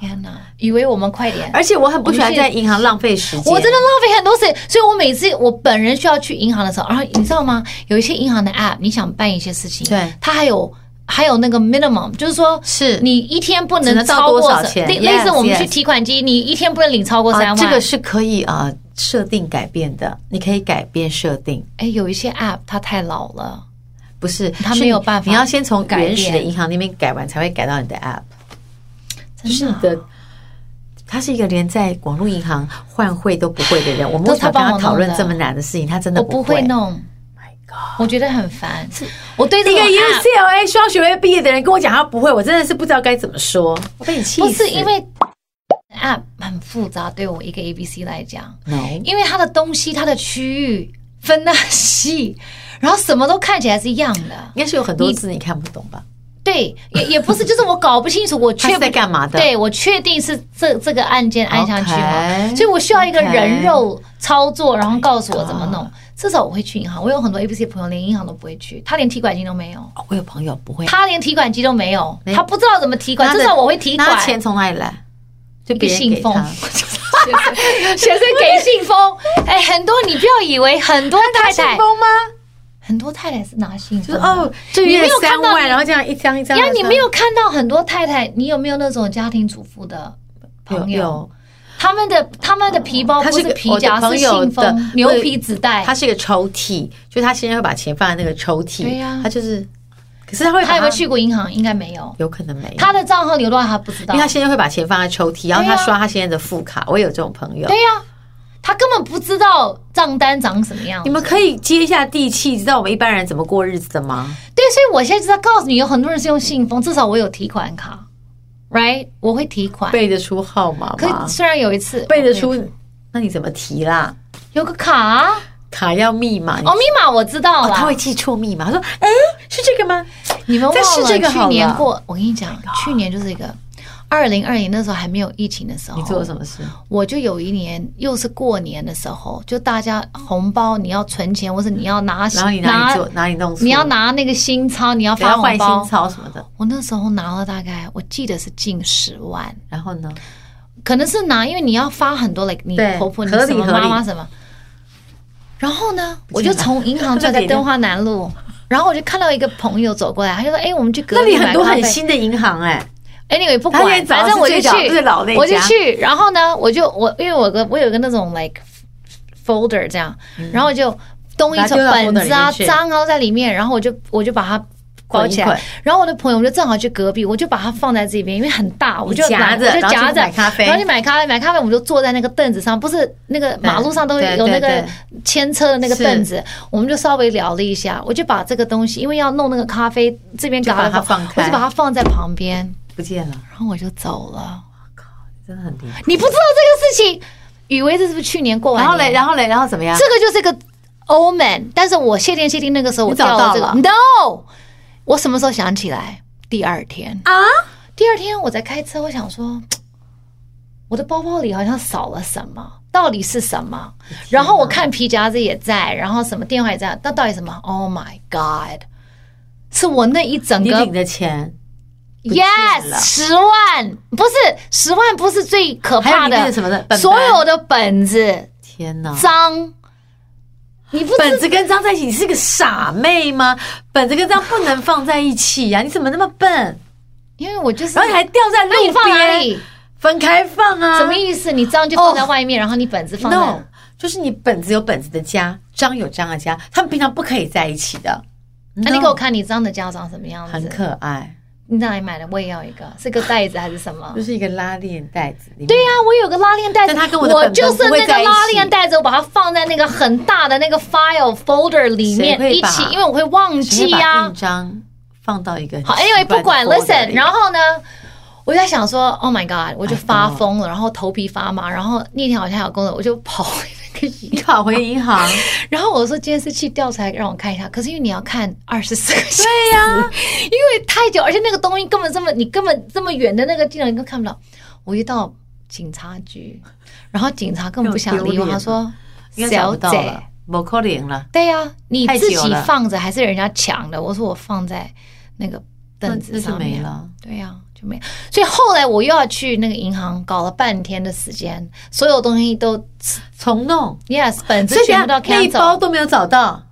Speaker 2: 天哪，以为我们快点。
Speaker 1: 而且我很不喜
Speaker 2: 我
Speaker 1: 欢
Speaker 2: 们是
Speaker 1: 在银行浪费时间，
Speaker 2: 我真的浪费很多时间，所以我每次我本人需要去银行的时候，然后你知道吗？有一些银行的 app，你想办一些事情，
Speaker 1: 对
Speaker 2: 它还有还有那个 minimum，就是说
Speaker 1: 是
Speaker 2: 你一天不
Speaker 1: 只能到
Speaker 2: 超过
Speaker 1: 多少
Speaker 2: 什
Speaker 1: 钱
Speaker 2: 类类似
Speaker 1: Yes，
Speaker 2: 我们去
Speaker 1: yes
Speaker 2: 提款机，你一天不能领超过三
Speaker 1: 啊，
Speaker 2: 万。
Speaker 1: 这个是可以啊、呃设定改变的，你可以改变设定。
Speaker 2: 哎，有一些 app 它太老了，
Speaker 1: 不是，
Speaker 2: 他
Speaker 1: 是
Speaker 2: 没有
Speaker 1: 你
Speaker 2: 办法
Speaker 1: 你要先从
Speaker 2: 改
Speaker 1: 原始的
Speaker 2: 变
Speaker 1: 银行那边改完，才会改到你的 app。
Speaker 2: 真啊，
Speaker 1: 的，他是一个连在网络银行换汇都不会的人。我们
Speaker 2: 都
Speaker 1: 为
Speaker 2: 是
Speaker 1: 什么
Speaker 2: 他
Speaker 1: 跟
Speaker 2: 帮
Speaker 1: 他
Speaker 2: 我
Speaker 1: 讨论
Speaker 2: 弄的
Speaker 1: 这么难的事情？他真的
Speaker 2: 我不会弄。我觉得很烦，我对这
Speaker 1: 一
Speaker 2: 个
Speaker 1: 个
Speaker 2: app
Speaker 1: UCLA 双学位毕业的人跟我讲他不会，我真的是不知道该怎么说，我被你气死。
Speaker 2: 不是因为 app 很复杂，对我一个 A B C 来讲，
Speaker 1: no，
Speaker 2: 因为它的东西、它的区域分得很细，然后什么都看起来是一样的。
Speaker 1: 应该是有很多
Speaker 2: 你
Speaker 1: 字你看不懂吧？
Speaker 2: 对，也也不是，就是我搞不清楚，我
Speaker 1: 他
Speaker 2: 确
Speaker 1: 是在
Speaker 2: 不
Speaker 1: 干嘛的？
Speaker 2: 对我确定是这这个按键按下去嘛
Speaker 1: OK，
Speaker 2: 所以我需要一个
Speaker 1: OK
Speaker 2: 人肉操作，然后告诉我怎么
Speaker 1: 哎
Speaker 2: 弄。至少我会去银行，我有很多 A B C 朋友连银行都不会去，他连提款机都没有，
Speaker 1: 哦，我有朋友不会，
Speaker 2: 他连提款机都没有，
Speaker 1: 没
Speaker 2: 他不知道怎么提款。
Speaker 1: 那他
Speaker 2: 至
Speaker 1: 的
Speaker 2: 少我会提
Speaker 1: 那
Speaker 2: 款
Speaker 1: 他，钱从哪里来？就
Speaker 2: 一个
Speaker 1: 别人给
Speaker 2: 信封
Speaker 1: 他。。
Speaker 2: 学生给信封，哎，很多你不要以为很多太太
Speaker 1: 信，封吗？
Speaker 2: 很多太太是拿信
Speaker 1: 就
Speaker 2: 封
Speaker 1: 是
Speaker 2: 的，
Speaker 1: 哦，这个
Speaker 2: 你没
Speaker 1: 月
Speaker 2: 有看
Speaker 1: 三
Speaker 2: 到
Speaker 1: 万，
Speaker 2: 你
Speaker 1: 然后这样一张一张。
Speaker 2: 呀，你没
Speaker 1: 有
Speaker 2: 有看到很多太太，你有没有那种家庭主妇的朋
Speaker 1: 有
Speaker 2: 友
Speaker 1: 有？
Speaker 2: 他们的他们的皮包
Speaker 1: 他
Speaker 2: 不
Speaker 1: 是
Speaker 2: 是
Speaker 1: 个
Speaker 2: 皮
Speaker 1: 我的
Speaker 2: 夹，是
Speaker 1: 朋友
Speaker 2: 信
Speaker 1: 的
Speaker 2: 封、牛皮纸袋
Speaker 1: 它。是一个抽屉，就他现在会把钱放在那个抽屉。
Speaker 2: 对呀
Speaker 1: 他就是，可是他会把它
Speaker 2: 他有没有？去过银行？应该没有。
Speaker 1: 有可能没有。
Speaker 2: 他的账号流乱，他不知
Speaker 1: 因
Speaker 2: 道
Speaker 1: 为。他现在会把钱放在抽屉，然后他
Speaker 2: 对呀
Speaker 1: 刷他现在的副卡。我也有这种朋友。
Speaker 2: 对呀、他根本不知道账单长什么样
Speaker 1: 你。们可以接一下地气，知道我们一般人怎么过日子的吗？
Speaker 2: 对，所以我现在知道，告诉你，有很多人是用信封，至少我有提款卡，right？我会提款。
Speaker 1: 背得出号码吗
Speaker 2: 可？虽然有一次
Speaker 1: 背得出，那你怎么提啦？
Speaker 2: 有个卡啊
Speaker 1: 卡要密码。你
Speaker 2: 哦，密码我知道
Speaker 1: 哦，
Speaker 2: 了。
Speaker 1: 他会记错密码。他说：“哎，是这个吗
Speaker 2: 你们忘
Speaker 1: 再
Speaker 2: 了
Speaker 1: 试这个
Speaker 2: 去
Speaker 1: 好
Speaker 2: 年
Speaker 1: 了哎
Speaker 2: 过，我跟你讲，去年就是一个二零二零那时候还没有疫情的时？”候，
Speaker 1: 你做了什么事？
Speaker 2: 我就有一年又是过年的时候，就大家红包你要存钱，或是你要拿
Speaker 1: 然后你哪里做？哪里弄错？
Speaker 2: 你要拿那个新钞，你要
Speaker 1: 等下
Speaker 2: 发
Speaker 1: 换
Speaker 2: 红
Speaker 1: 新
Speaker 2: 包。
Speaker 1: 钞什么的。
Speaker 2: 我那时候拿了大概，我记得是近十万，
Speaker 1: 然后呢？
Speaker 2: 可能是拿，因为你要发很多 like 你
Speaker 1: 对
Speaker 2: 婆婆、你
Speaker 1: 合理
Speaker 2: 什么
Speaker 1: 合理
Speaker 2: 妈妈什么。然后呢，我
Speaker 1: 见
Speaker 2: 就
Speaker 1: 了
Speaker 2: 从银行出 来，在敦化南路，然后我就看到一个朋友走过来，他就说：“哎，我们去隔
Speaker 1: 那
Speaker 2: 壁
Speaker 1: 里
Speaker 2: 买
Speaker 1: 很多
Speaker 2: 咖
Speaker 1: 很
Speaker 2: 啡。
Speaker 1: 新的银行哎、
Speaker 2: ”Anyway，不
Speaker 1: 他也
Speaker 2: 管，
Speaker 1: 找的
Speaker 2: 反正我就
Speaker 1: 最早
Speaker 2: 去
Speaker 1: 最老那一，家
Speaker 2: 我就去。然后呢，我就我因为我有个我有个那种 like folder 这样，然后我就东一层
Speaker 1: 嗯把它丢到
Speaker 2: 本
Speaker 1: 风
Speaker 2: 子啊
Speaker 1: 筒里面去
Speaker 2: 脏，然后在里面，然后我就我就把它。包起
Speaker 1: 捆一
Speaker 2: 来
Speaker 1: 捆，
Speaker 2: 然后我的朋友就正好去隔壁，我就把它放在这边，因为很大，我就
Speaker 1: 夹
Speaker 2: 拿
Speaker 1: 着
Speaker 2: 我就
Speaker 1: 然后
Speaker 2: 夹
Speaker 1: 去
Speaker 2: 着
Speaker 1: 买咖啡
Speaker 2: 然后去买咖啡，买咖啡我们就坐在那个凳子上，不是那个马路上都
Speaker 1: 对
Speaker 2: 有
Speaker 1: 对
Speaker 2: 那个
Speaker 1: 对
Speaker 2: 牵车的那个
Speaker 1: 是
Speaker 2: 凳子，我们就稍微聊了一下，我就把这个东西，因为要弄那个咖啡这边
Speaker 1: 就
Speaker 2: 搞
Speaker 1: 把它放
Speaker 2: 我
Speaker 1: 开
Speaker 2: 就把它放在旁边，
Speaker 1: 不见了，
Speaker 2: 然后我就走了。
Speaker 1: 真的很离谱。
Speaker 2: 你不知道这个事情，雨薇这是不是去年过完
Speaker 1: 然
Speaker 2: 年？
Speaker 1: 后嘞，然后嘞，然后怎么样？
Speaker 2: 这个就是个 omen，但是我谢天谢地那个时候我
Speaker 1: 你找
Speaker 2: 掉了这
Speaker 1: 到
Speaker 2: 个
Speaker 1: 了
Speaker 2: no，我什么时候想起来？第二天
Speaker 1: 啊，
Speaker 2: 第二天我在开车，我想说，我的包包里好像少了什么，到底是什么？然后我看皮夹子也在，然后什么电话也在，那到底什么？Oh my god！是我那一整
Speaker 1: 你
Speaker 2: 个
Speaker 1: 领的钱，不见了
Speaker 2: yes 十万，不是十万，不是最可
Speaker 1: 还有
Speaker 2: 怕
Speaker 1: 里面的什么的，本本
Speaker 2: 所有的本子
Speaker 1: 天哪！
Speaker 2: 脏，你不知
Speaker 1: 本子跟章在一起，你是个傻妹吗？本子跟章不能放在一起呀、你怎么那么笨？
Speaker 2: 因为我就是，
Speaker 1: 然后你还掉在
Speaker 2: 那你
Speaker 1: 路
Speaker 2: 放哪
Speaker 1: 边，
Speaker 2: 里？
Speaker 1: 分开放啊？
Speaker 2: 什么意思？你章就放在外面，然后你本子放在
Speaker 1: No，就是你本子有本子的家，章有章的家，他们平常不可以在一起的。那
Speaker 2: 那、你给我看你章的家长什么样
Speaker 1: 很
Speaker 2: 子？
Speaker 1: 可爱，
Speaker 2: 你哪里买的？我也要一个，是个袋子还是什么？
Speaker 1: 就是一个拉链袋子里面。
Speaker 2: 对呀、啊我有个拉链袋子，
Speaker 1: 嗯但它跟我的本本
Speaker 2: 就是那
Speaker 1: 不会在
Speaker 2: 个
Speaker 1: 一起
Speaker 2: 拉链袋子，我把它放在那个很大的那个 file folder 里面
Speaker 1: 谁会
Speaker 2: 一
Speaker 1: 把
Speaker 2: 起，因为我会忘
Speaker 1: 直
Speaker 2: 记啊
Speaker 1: 接
Speaker 2: 呀、
Speaker 1: 把印章放到一个
Speaker 2: 好，anyway，不管，listen，然
Speaker 1: 后
Speaker 2: 后呢，我就在想说，Oh my God，我就
Speaker 1: 哎
Speaker 2: 发疯了，然后头皮发麻，然后那天好像还有工作，我就跑回那个 银
Speaker 1: 你跑回银 行，
Speaker 2: 然后我说监视器调出来让我看一下，可是因为你要看二十四个小时，
Speaker 1: 对呀、
Speaker 2: 因为太久，而且那个东西根本这么你根本这么远的那个地方你都看不到。我一到警察局，然后警察根本不想理
Speaker 1: 又丢
Speaker 2: 我，
Speaker 1: 脸
Speaker 2: 他说：“
Speaker 1: 应该找
Speaker 2: 小
Speaker 1: 不到
Speaker 2: 姐
Speaker 1: 了，，某扣零了。
Speaker 2: 对呀、你
Speaker 1: 太
Speaker 2: 自
Speaker 1: 久
Speaker 2: 己
Speaker 1: 了
Speaker 2: 放着还是人家抢的？”我说：“我放在那个凳
Speaker 1: 那
Speaker 2: 子
Speaker 1: 那就
Speaker 2: 上面
Speaker 1: 没了。
Speaker 2: 对呀、就没。所以后来我又要去那个银行，搞了半天的时间，所有东西都
Speaker 1: 重弄，
Speaker 2: yes 本
Speaker 1: 所
Speaker 2: 子
Speaker 1: 以
Speaker 2: 全
Speaker 1: 等
Speaker 2: 部都
Speaker 1: 下那一
Speaker 2: cancel
Speaker 1: 包。都没有找到，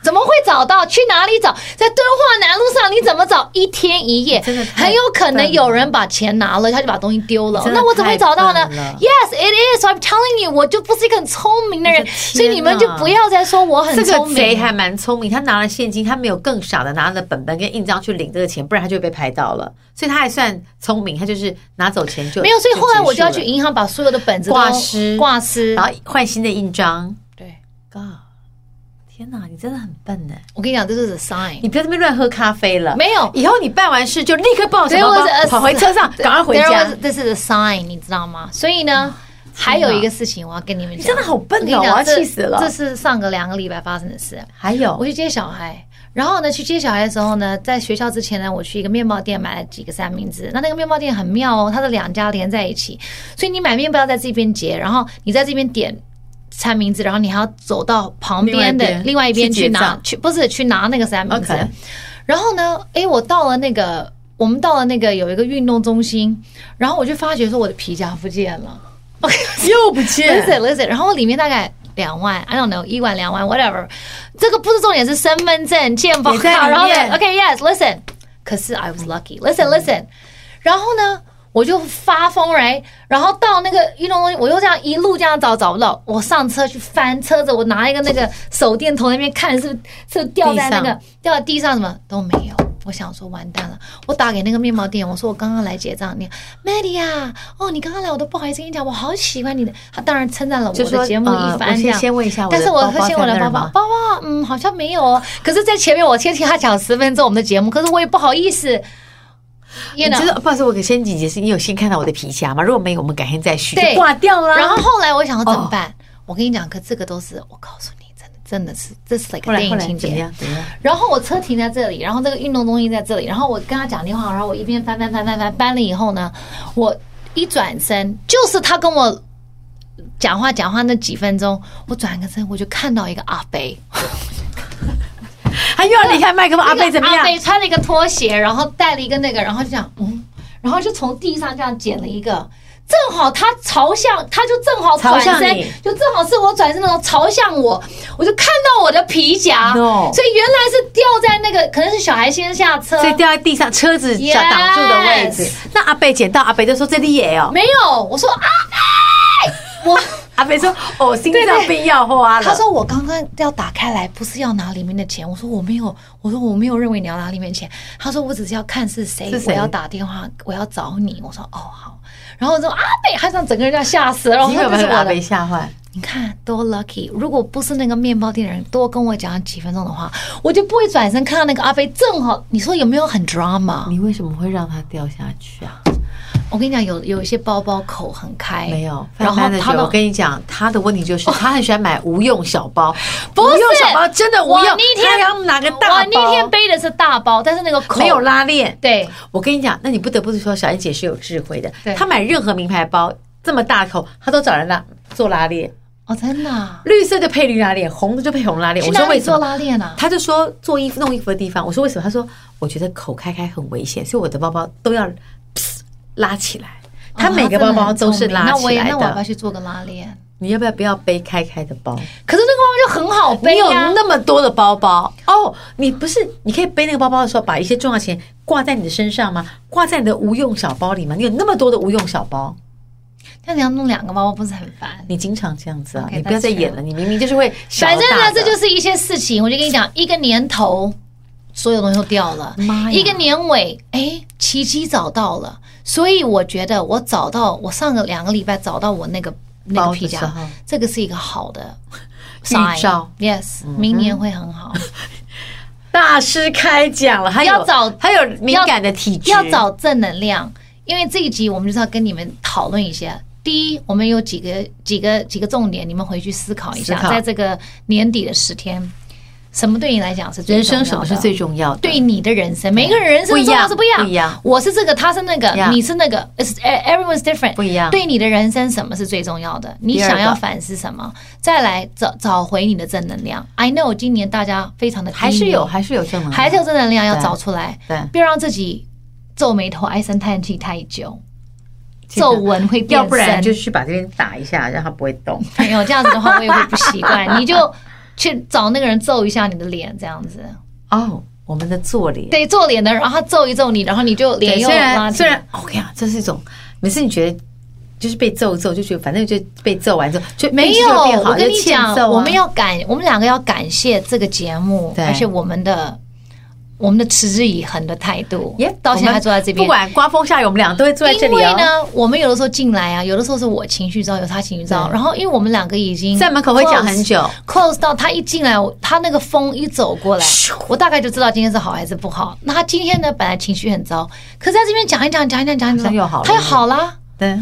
Speaker 2: 怎么会找到？去哪里找？在敦化南路上，你怎么找？一天一夜，
Speaker 1: 真的太
Speaker 2: 很有可能有人把钱拿了，他就把东西丢了
Speaker 1: 真。的
Speaker 2: 那我怎么会找到呢
Speaker 1: 太笨了
Speaker 2: ？Yes, it is. I'm telling you，我就不是一个很聪明的
Speaker 1: 我
Speaker 2: 人，
Speaker 1: 的天
Speaker 2: 所以你们就不要再说我
Speaker 1: 这
Speaker 2: 很聪
Speaker 1: 个贼
Speaker 2: 明。
Speaker 1: 还蛮聪明，他拿了现金，他没有更傻的拿了本本跟印章去领这个钱，不然他就被拍到了。所以他还算聪明，他就是拿走钱就
Speaker 2: 没有，所以后来我就要去
Speaker 1: 结束了
Speaker 2: 银行把所有的本子都
Speaker 1: 挂失
Speaker 2: 挂失
Speaker 1: 然。后换新的印章。
Speaker 2: 对，
Speaker 1: God，天哪，你真的很笨呢！
Speaker 2: 我跟你讲，这就是 sign
Speaker 1: 你。不要这边乱喝咖啡了。
Speaker 2: 没有
Speaker 1: 以后你办完事就立刻抱着
Speaker 2: There
Speaker 1: 包
Speaker 2: was
Speaker 1: 包
Speaker 2: a-
Speaker 1: 跑回车 上，赶快回
Speaker 2: There
Speaker 1: 家嗯
Speaker 2: was-。This is a sign，你知道吗？所以呢，还有一个事情我要跟你们讲，
Speaker 1: 你真的好笨哦
Speaker 2: 跟你讲
Speaker 1: 我要
Speaker 2: 这
Speaker 1: 气死了
Speaker 2: 这是上个两个礼拜发生的事。
Speaker 1: 还有
Speaker 2: 我去接小孩，然后呢，去接小孩的时候呢，在学校之前呢，我去一个面包店买了几个三明治。那那个面包店很妙哦，它的两家连在一起，所以你买面包在这边结，然后你在这边点。三明治，然后你还要走到旁边的另
Speaker 1: 另
Speaker 2: 外
Speaker 1: 外
Speaker 2: 一
Speaker 1: 一
Speaker 2: 边
Speaker 1: 边
Speaker 2: 去
Speaker 1: 去结
Speaker 2: 拿
Speaker 1: 账，
Speaker 2: 去不是去拿那个三明治。
Speaker 1: OK
Speaker 2: 然后呢，诶，我到了那个，我们到了那个有一个运动中心，然后我就发觉说我的皮夹不见了。
Speaker 1: 又不见
Speaker 2: listen listen，然后里面大概两万，I don't know，一万两万 whatever，这个不是重点，是身份证、健保
Speaker 1: 也在里
Speaker 2: 卡，然后呢
Speaker 1: 面
Speaker 2: ，OK yes listen，可是 I was lucky，listen listen，然后呢，我就发疯来，然后到那个运动中心，我又这样一路这样找找不到，我上车去翻车子，我拿一个那个手电筒那边看是不是是不是掉在那
Speaker 1: 地
Speaker 2: 个
Speaker 1: 上
Speaker 2: 掉在地上什么都没有。我想说完蛋了，我打给那个面包店，我说我刚刚来结账，你 Maddie 啊，哦，你刚刚来，我都不好意思跟你讲，我好喜欢你的。他当然称赞了
Speaker 1: 就
Speaker 2: 我
Speaker 1: 说
Speaker 2: 的节目
Speaker 1: 呃
Speaker 2: 一
Speaker 1: 我
Speaker 2: 番这
Speaker 1: 先
Speaker 2: 样。
Speaker 1: 先问一下我的
Speaker 2: 但是我
Speaker 1: 包包
Speaker 2: 先我的
Speaker 1: 在那儿
Speaker 2: 包包
Speaker 1: 吗，
Speaker 2: 包包，嗯，好像没有哦。可是，在前面我先听他讲十分钟我们的节目，可是我也不好意思。You
Speaker 1: 你
Speaker 2: know，
Speaker 1: 知道，不好意思，我给先姐解释，你有先看到我的皮夹吗？如果没有，我们改天再续。
Speaker 2: 对
Speaker 1: 就挂掉了。
Speaker 2: 然后后来我想要怎么办？我跟你讲，可这个都是我告诉你，真的真的是这是 like
Speaker 1: 后
Speaker 2: 个
Speaker 1: 来
Speaker 2: 电
Speaker 1: 后
Speaker 2: 影
Speaker 1: 来
Speaker 2: 情
Speaker 1: 怎么
Speaker 2: 节。
Speaker 1: 样？怎么样？
Speaker 2: 然后我车停在这里，然后这个运动中心在这里，然后我跟他讲电话，然后我一边翻翻翻翻翻翻了以后呢，我一转身就是他跟我讲话讲话那几分钟，我转个身我就看到一个阿飞，
Speaker 1: 他又要离开麦克风，阿
Speaker 2: 那
Speaker 1: 贝
Speaker 2: 个
Speaker 1: 怎么
Speaker 2: 哎阿
Speaker 1: 样？
Speaker 2: 飞穿了一个拖鞋，然后带了一个那个，然后就这样，嗯，然后就从地上这样捡了一个。正好他朝向，他就正好转
Speaker 1: 朝向
Speaker 2: 身
Speaker 1: 你，
Speaker 2: 就正好是我转身的时候朝向我，我就看到我的皮夹
Speaker 1: No
Speaker 2: 所以原来是掉在那个，可能是小孩先下车，
Speaker 1: 所以掉在地上，车子
Speaker 2: Yes
Speaker 1: 挡挡住的
Speaker 2: 啊
Speaker 1: 位置。那阿贝捡到，阿贝就说：“这里也哦。
Speaker 2: 没有，我说阿贝，我
Speaker 1: 阿肥说：“哦，心脏病要花了。”
Speaker 2: 他说：“我刚刚要打开来，不是要拿里面的钱。”我说：“我没有，我说我没有认为你要拿里面钱。”他说：“我只是要看是谁，
Speaker 1: 是谁
Speaker 2: 我要打电话，我要找你。”我说：“哦，好。”然后我说：“阿北，他让整个人要吓死了。”然后
Speaker 1: 你
Speaker 2: 我
Speaker 1: 有
Speaker 2: 说：“
Speaker 1: 没
Speaker 2: 这
Speaker 1: 有
Speaker 2: 是
Speaker 1: 被
Speaker 2: 我
Speaker 1: 阿
Speaker 2: 的
Speaker 1: 肥。吓坏？”
Speaker 2: 你看多 lucky！如果不是那个面包店的人多跟我讲几分钟的话，我就不会转身看到那个阿飞。正好你说有没有很 drama？
Speaker 1: 你为什么会让他掉下去啊？
Speaker 2: 我跟你讲，有有一些包包口很开，
Speaker 1: 没有，
Speaker 2: 哎然后他
Speaker 1: 我
Speaker 2: 的
Speaker 1: 跟你讲，他的问题就是他很喜欢买无用小包，
Speaker 2: 不
Speaker 1: 无
Speaker 2: 是
Speaker 1: 用小包真的无
Speaker 2: 我
Speaker 1: 用，
Speaker 2: 那天
Speaker 1: 他要拿个大
Speaker 2: 我那天
Speaker 1: 包，
Speaker 2: 背的是大包，但是那个口
Speaker 1: 没有拉链。
Speaker 2: 对，
Speaker 1: 我跟你讲，那你不得不说，小燕姐是有智慧的
Speaker 2: 对。
Speaker 1: 她买任何名牌包，这么大口，她都找人拉做拉链，
Speaker 2: 哦，真的、啊。
Speaker 1: 绿色就配绿拉链，红的就配红拉链。
Speaker 2: 去
Speaker 1: 我
Speaker 2: 哪
Speaker 1: 说
Speaker 2: 里
Speaker 1: 为什
Speaker 2: 做
Speaker 1: 么？
Speaker 2: 拉链啊？
Speaker 1: 她就说做衣服弄衣服的地方。我说为什么？她说我觉得口开开很危险，所以我的包包都要噗拉起来。
Speaker 2: 哦
Speaker 1: 她每个包包都是拉
Speaker 2: 那我
Speaker 1: 起
Speaker 2: 也
Speaker 1: 来
Speaker 2: 那我要不要
Speaker 1: 的。
Speaker 2: 去做个拉链？
Speaker 1: 你要不要不要背开开的包？
Speaker 2: 可是那个包包就很好
Speaker 1: 你
Speaker 2: 背
Speaker 1: 有
Speaker 2: 啊。
Speaker 1: 那么多的包包哦，你不是你可以背那个包包的时候，把一些重要钱挂在你的身上吗？挂在你的无用小包里吗？你有那么多的无用小包。
Speaker 2: 那你要弄两个包包，不是很烦？
Speaker 1: 你经常这样子啊
Speaker 2: OK，
Speaker 1: 你不要再演了，你明明就是会小
Speaker 2: 反正
Speaker 1: 大
Speaker 2: 呢，
Speaker 1: 的
Speaker 2: 这就是一些事情。我就跟你讲，一个年头，所有东西都掉了
Speaker 1: 妈呀；
Speaker 2: 一个年尾，哎，奇迹找到了。所以我觉得，我找到我上个两个礼拜找到我那个那
Speaker 1: 包
Speaker 2: 个
Speaker 1: 的
Speaker 2: 皮
Speaker 1: 时
Speaker 2: 夹
Speaker 1: 候，
Speaker 2: 这个是一个好 的
Speaker 1: 预兆嗯
Speaker 2: Yes，明年会很好。
Speaker 1: 大师开讲了，还有
Speaker 2: 要找
Speaker 1: 还有敏感的体质，
Speaker 2: 要找正能量，因为这一集我们就是要跟你们讨论一下。第一，我们有几个几个几个重点，你们回去思考一下
Speaker 1: 思，考
Speaker 2: 在这个年底的十天，什么对你来讲是最
Speaker 1: 人生
Speaker 2: 重要
Speaker 1: 什么
Speaker 2: 的
Speaker 1: 是最重要的？
Speaker 2: 对你的人生，每个人人生的重要是不一样，
Speaker 1: 不一样
Speaker 2: 我是这个，他是那个
Speaker 1: 一，样
Speaker 2: 你是那个，it's everyone's different，
Speaker 1: 不一样
Speaker 2: 对你的人生，什么是最重要的？你
Speaker 1: 第二个
Speaker 2: 想要反思什么？再来找找回你的正能量。I know 今年大家非常的
Speaker 1: 还是有还是有正能量，
Speaker 2: 嗯还是有正能量要
Speaker 1: 对
Speaker 2: 找出来，
Speaker 1: 对
Speaker 2: 不要让自己皱眉头、唉声叹气太久，
Speaker 1: 这个
Speaker 2: 皱纹会变
Speaker 1: 要
Speaker 2: 深。
Speaker 1: 不然就去把这边打一下，让它不会动。
Speaker 2: 没有这样子的话，我也会不习惯。你就去找那个人揍一下你的脸，这样子，
Speaker 1: 哦，我们的坐脸，
Speaker 2: 对，做脸的，然后他揍一揍你，然后你就脸
Speaker 1: 对，
Speaker 2: 又
Speaker 1: 虽
Speaker 2: 拉
Speaker 1: 然
Speaker 2: 提
Speaker 1: 虽。然我跟你讲，这是一种每次你觉得。就是被揍一揍，就觉得反正就被揍完之后就
Speaker 2: 没
Speaker 1: 运气
Speaker 2: 有，
Speaker 1: 就变好
Speaker 2: 我跟
Speaker 1: 就
Speaker 2: 你
Speaker 1: 欠
Speaker 2: 讲，
Speaker 1: 揍啊
Speaker 2: 我们要感，我们两个要感谢这个节目，
Speaker 1: 对
Speaker 2: 而且我们的我们的持之以恒的态度，
Speaker 1: 耶，
Speaker 2: 到现在还坐在这
Speaker 1: 我们不。
Speaker 2: 边
Speaker 1: 管刮风下雨，我们俩都会坐在这
Speaker 2: 因
Speaker 1: 里
Speaker 2: 为
Speaker 1: 哦。
Speaker 2: 呢，我们有的时候进来啊，有的时候是我情绪糟，有他情绪糟。
Speaker 1: 对
Speaker 2: 然后，因为我们两个已经
Speaker 1: 在门口会讲很久
Speaker 2: ，close 到他一进来，我他那个风一走过来
Speaker 1: 咻，
Speaker 2: 我大概就知道今天是好还是不好。那他今天呢，本来情绪很糟，可是在这边讲一讲，讲一讲，讲一
Speaker 1: 好
Speaker 2: 讲，
Speaker 1: 像又好了
Speaker 2: 他又好啦，
Speaker 1: 对。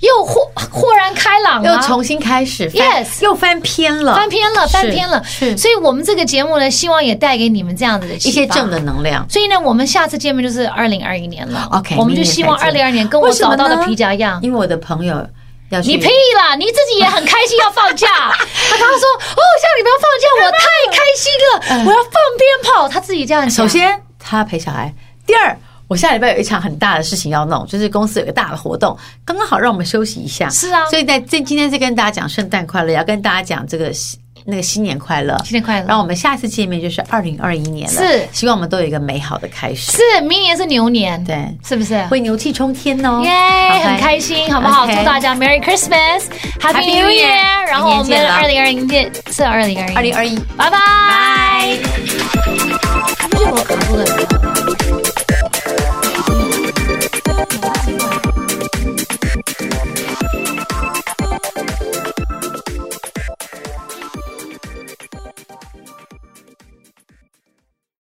Speaker 2: 又豁豁然开朗了，
Speaker 1: 又重新开始翻
Speaker 2: Yes
Speaker 1: 又翻篇了，
Speaker 2: 翻篇了，
Speaker 1: 是
Speaker 2: 翻篇了。
Speaker 1: 是
Speaker 2: 所以我们这个节目呢，希望也带给你们这样子的
Speaker 1: 一些正
Speaker 2: 的。
Speaker 1: 的能量。
Speaker 2: 所以呢，我们下次见面就是二零二一年了。
Speaker 1: OK，
Speaker 2: 我们就希望二
Speaker 1: 明
Speaker 2: 零
Speaker 1: 年
Speaker 2: 二
Speaker 1: 再见
Speaker 2: 年跟我
Speaker 1: 为什
Speaker 2: 找
Speaker 1: 么
Speaker 2: 到的
Speaker 1: 呢
Speaker 2: 皮夹一样。
Speaker 1: 因为我的朋友要去，
Speaker 2: 你屁啦！你自己也很开心要放 假。他刚说：“哦，下礼拜要放假，我太开心了，我要放鞭炮。”他自己这样讲。
Speaker 1: 嗯哎首，先他陪小孩，第二。我下礼拜有一场很大的事情要弄，就是公司有个大的活动，刚刚好让我们休息一下。
Speaker 2: 是啊
Speaker 1: 所以在这今天是跟大家讲圣诞快乐，也要跟大家讲这个新那个新年快乐，
Speaker 2: 新年快乐
Speaker 1: 然后我们下一次见面就是二零二一年了，
Speaker 2: 是
Speaker 1: 希望我们都有一个美好的开始，
Speaker 2: 是明年是牛年，
Speaker 1: 对
Speaker 2: 是不是？
Speaker 1: 会牛气冲天哦！
Speaker 2: 耶
Speaker 1: ，OK
Speaker 2: 很开心，好不好
Speaker 1: OK
Speaker 2: 祝大家 Merry Christmas，Happy
Speaker 1: Happy
Speaker 2: New
Speaker 1: New
Speaker 2: Year！
Speaker 1: Year
Speaker 2: 然后我
Speaker 1: 明年
Speaker 2: 们
Speaker 1: 见了
Speaker 2: 二零二零见，是二零二一，
Speaker 1: 二零二一。
Speaker 2: 拜拜。就我卡住了。